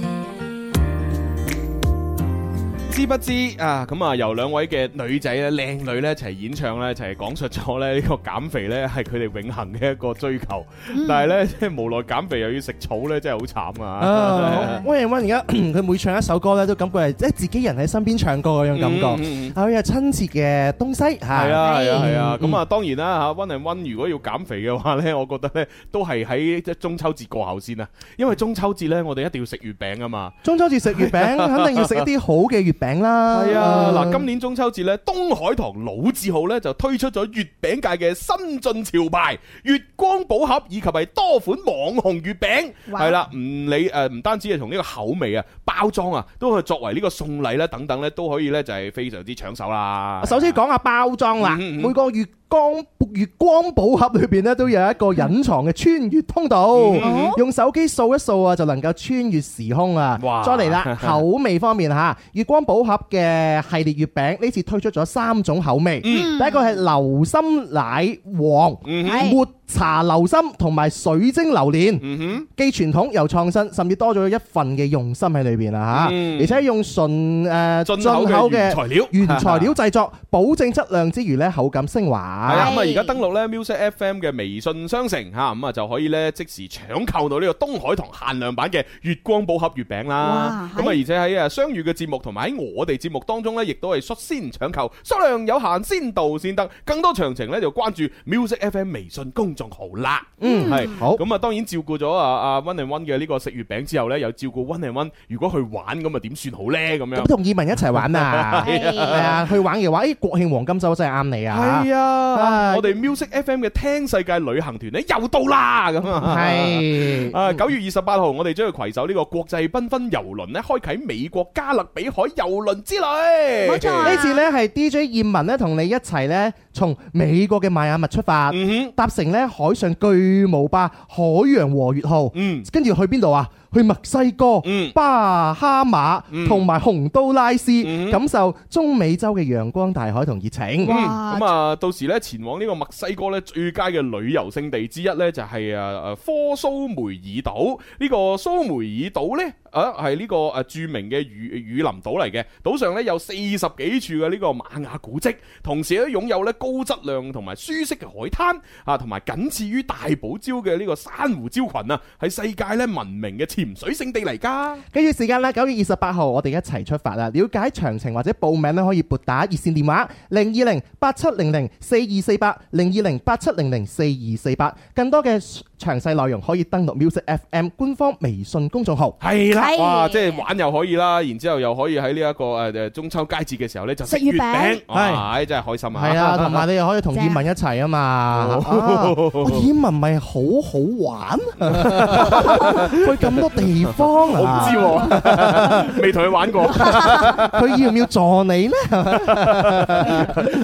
Speaker 2: 知不知啊？咁啊，由兩位嘅女仔咧、靚女咧一齊演唱咧，一齊講述咗咧呢個減肥咧係佢哋永恆嘅一個追求。但係咧，即係無奈減肥又要食草咧，真係好慘啊！
Speaker 3: 啊，温盈温而家 <coughs> 佢每唱一首歌咧，都感覺係即係自己人喺身邊唱歌嗰種感
Speaker 2: 嗯嗯
Speaker 3: 覺，啊係有親切嘅東西嚇。
Speaker 2: 係啊係啊係啊！
Speaker 3: 嗯
Speaker 2: 咁啊，當然啦嚇，One and One 如果要減肥嘅話咧，我覺得咧都係喺即係中秋節過後先啊，因為中秋節咧我哋一定要食月餅啊嘛。
Speaker 3: 中秋節食月
Speaker 2: <laughs>
Speaker 3: 餅，肯定要食一啲好嘅月餅啦。嗯
Speaker 2: 係啊，嗱，今年中秋節咧，東海堂老字號咧就推出咗月餅界嘅新晉潮牌月光寶盒，以及係多款網紅月餅，
Speaker 4: 哇
Speaker 2: 係啦，唔理誒唔單止係從呢個口味啊、包裝啊，都係作為呢個送禮啦等等咧，都可以咧就係非常之搶手啦。
Speaker 3: 首先講下包裝啦，
Speaker 2: 啊嗯嗯嗯
Speaker 3: 每個月光月光寶盒裏邊咧都有一個隱藏嘅穿越通道，
Speaker 2: 嗯
Speaker 3: 用手機掃一掃啊就能夠穿越時空啊！
Speaker 2: 哇
Speaker 3: 再嚟
Speaker 2: <laughs>
Speaker 3: 啦，口味方面嚇，月光寶盒嘅系列月餅呢次推出咗三種口味，
Speaker 2: 嗯
Speaker 3: 第一個係流心奶黃、
Speaker 4: 係
Speaker 3: 抹茶流心同埋水晶榴蓮。
Speaker 2: 嗯哼，
Speaker 3: 既傳統又創新，甚至多咗一份嘅用心喺裏邊啦嚇，
Speaker 2: 嗯
Speaker 3: 而且用純呃誒
Speaker 2: 進口嘅原材料
Speaker 3: 原材料製作，保證質量之餘咧口感升華
Speaker 2: 係。啊，咁啊
Speaker 4: 係
Speaker 2: 而家登錄咧 Music FM 嘅微信商城嚇，咁啊就可以咧即時搶購到呢個東海堂限量版嘅月光寶盒月餅啦。咁啊
Speaker 4: 哇係
Speaker 2: 而且喺啊雙語嘅節目同埋喺我哋節目當中咧，亦都係率先搶購，數量有限，先到先得。更多詳情咧就關注 Music FM 微信公眾號啦。
Speaker 3: 嗯
Speaker 2: 係
Speaker 3: 好
Speaker 2: 咁啊，當然照顧咗啊啊 One and One 嘅呢個食月餅之後咧，又照顧 One and One 如果去玩咁啊點算好咧咁樣
Speaker 3: 咁。同意民一齊玩
Speaker 2: <laughs>
Speaker 3: 啊！
Speaker 4: 係啊
Speaker 3: 係啊，去玩嘅話，誒國慶黃金周真係啱你啊！
Speaker 2: 係
Speaker 3: 啊
Speaker 2: 啊，我哋 Music FM 嘅聽世界旅行團咧又到啦咁啊。
Speaker 3: 係
Speaker 2: 啊！九月二十八號，我哋將會携手呢個國際繽紛遊輪咧，開啟美國加勒比海遊輪之旅。
Speaker 4: 冇錯
Speaker 3: 呢次呢係 DJ 葉文咧同你一齊呢，從美國嘅邁阿密出發，
Speaker 2: 嗯
Speaker 3: 搭乘呢海上巨無霸海洋和月號。
Speaker 2: 嗯
Speaker 3: 跟住去邊度啊？去墨西哥、
Speaker 2: 嗯
Speaker 3: 巴哈馬
Speaker 2: 嗯
Speaker 3: 同埋洪都拉斯，
Speaker 2: 嗯
Speaker 3: 感受中美洲嘅陽光大海同熱情。
Speaker 2: 哼，
Speaker 4: 哇
Speaker 2: 咁啊，到時咧前往呢個墨西哥咧最佳嘅旅遊勝地之一咧就係誒誒科蘇梅爾島。呢個蘇梅爾島咧啊係呢個誒著名嘅雨雨林島嚟嘅，島上咧有四十幾處嘅呢個瑪雅古蹟，同時咧擁有咧高質量同埋舒適嘅海灘啊，同埋僅次於大堡礁嘅呢個珊瑚礁群啊，係世界咧聞名嘅潛水勝地嚟㗎。
Speaker 3: 跟住時間啦，九月二十八號，我哋一齊出發啦！了解詳情或者報名咧，可以撥打熱線電話零二零八七零零四二四八零二零八七零零四二四八。更多嘅詳細內容可以登錄 music FM 官方微信公眾號。
Speaker 2: 係啦，
Speaker 4: 係
Speaker 2: 哇！即係玩又可以啦，然之後又可以喺呢一個誒誒中秋佳節嘅時候咧就食
Speaker 4: 食月
Speaker 2: 月
Speaker 4: 餅
Speaker 2: 餅，係真係開心啊！
Speaker 3: 係
Speaker 2: <laughs>
Speaker 3: 啊，同埋你又可以同燕文一齊啊嘛！啊燕文咪好好玩，去咁多地方
Speaker 2: 我唔
Speaker 3: 啊！
Speaker 2: 知喎，
Speaker 4: 啊
Speaker 2: <laughs> 未同佢玩過。
Speaker 3: 佢要唔要助你呢？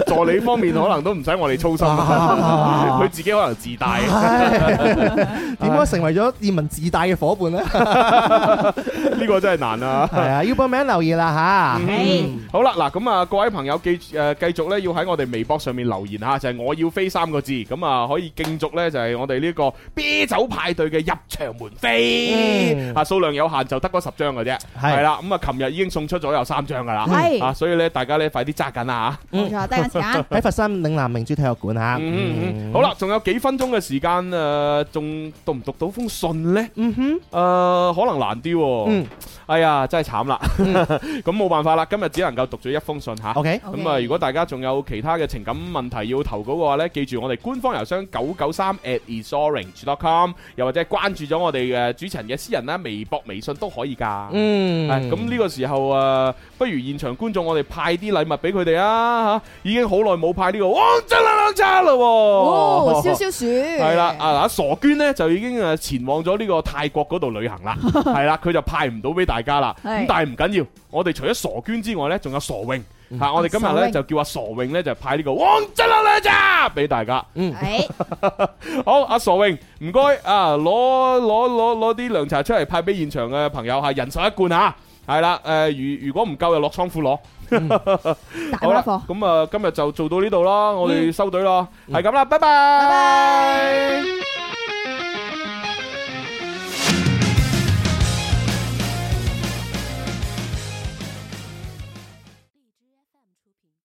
Speaker 2: 助理方面可能都唔使我
Speaker 3: <laughs>
Speaker 2: 哋操心，
Speaker 3: 啊
Speaker 2: 佢自己可能自帶。
Speaker 3: 唉點解成為咗燕文自帶嘅伙伴呢？
Speaker 2: 呢個真係難啊！
Speaker 3: <laughs> 係啊，要報名留言
Speaker 2: 嗯
Speaker 3: 啦嚇！
Speaker 4: 係
Speaker 2: 好啦，嗱咁啊，各位朋友記誒繼續咧，要喺我哋微博上面留言嚇，就係、我要飛三個字，咁啊可以競逐咧就係我哋呢個啤酒派對嘅入場門飛，係啊數量有限，就得嗰十張嘅啫。
Speaker 3: 嗯係嗯
Speaker 2: 係啦，咁啊，琴日已經送出咗有三張噶啦。
Speaker 4: 係
Speaker 2: 啊，所以咧，大家咧快啲揸緊啦啊
Speaker 3: 啊
Speaker 2: 嚇。
Speaker 4: 冇錯，得閒時
Speaker 2: <laughs>
Speaker 4: 間。
Speaker 3: 喺佛山嶺南明珠體育館嚇。
Speaker 2: 嗯嗯，好啦，仲有幾分鐘嘅時間誒，呃仲讀唔讀到封信呢？
Speaker 3: 嗯哼，
Speaker 2: 誒、可能難啲喎。
Speaker 3: 嗯，
Speaker 2: 哎呀，真係慘啦。 <laughs> 咁冇辦法啦，今日只能夠讀咗一封信嚇。
Speaker 3: ，OK，
Speaker 4: OK
Speaker 2: 咁啊，如果大家仲有其他嘅情感問題要投稿嘅話呢，記住我哋官方郵箱九九三 at isorange.com，又或者關注咗我哋嘅主持人嘅私人啦，微博、微信都可以㗎。
Speaker 3: 嗯，
Speaker 2: 係咁呢個時候啊，不如現場觀眾我哋派啲禮物俾佢哋啊嚇！已經好耐冇派呢個汪真啦啦渣啦喎。 <laughs>
Speaker 4: 哦，燒燒鼠。
Speaker 2: 系 <laughs>
Speaker 4: 係 <laughs>
Speaker 2: 啦，啊嗱，傻娟呢就已經诶前往咗呢個泰國嗰度旅
Speaker 4: <laughs>
Speaker 2: 行啦，係啦，佢就派唔到俾大家啦。
Speaker 4: 係
Speaker 2: 咁但係唔緊要，我哋除咗傻娟之外呢，仲有傻泳吓，我哋今日
Speaker 4: 嗯傻
Speaker 2: 呢
Speaker 4: 泳
Speaker 2: 就叫阿傻泳呢，就派呢個王真啦啦咋俾大
Speaker 4: <laughs>
Speaker 2: 家。 <laughs>
Speaker 4: 誒
Speaker 2: 好，阿傻泳唔該啊，攞攞攞攞啲涼茶出嚟派俾現場嘅朋友吓，人手一罐吓。係啦，诶，如如果唔夠就落倉庫攞。
Speaker 4: 大
Speaker 2: 好啦，
Speaker 4: 把貨。嗯
Speaker 2: 咁啊，今日就做到呢度啦，我哋收隊啦，係咁啦，拜拜。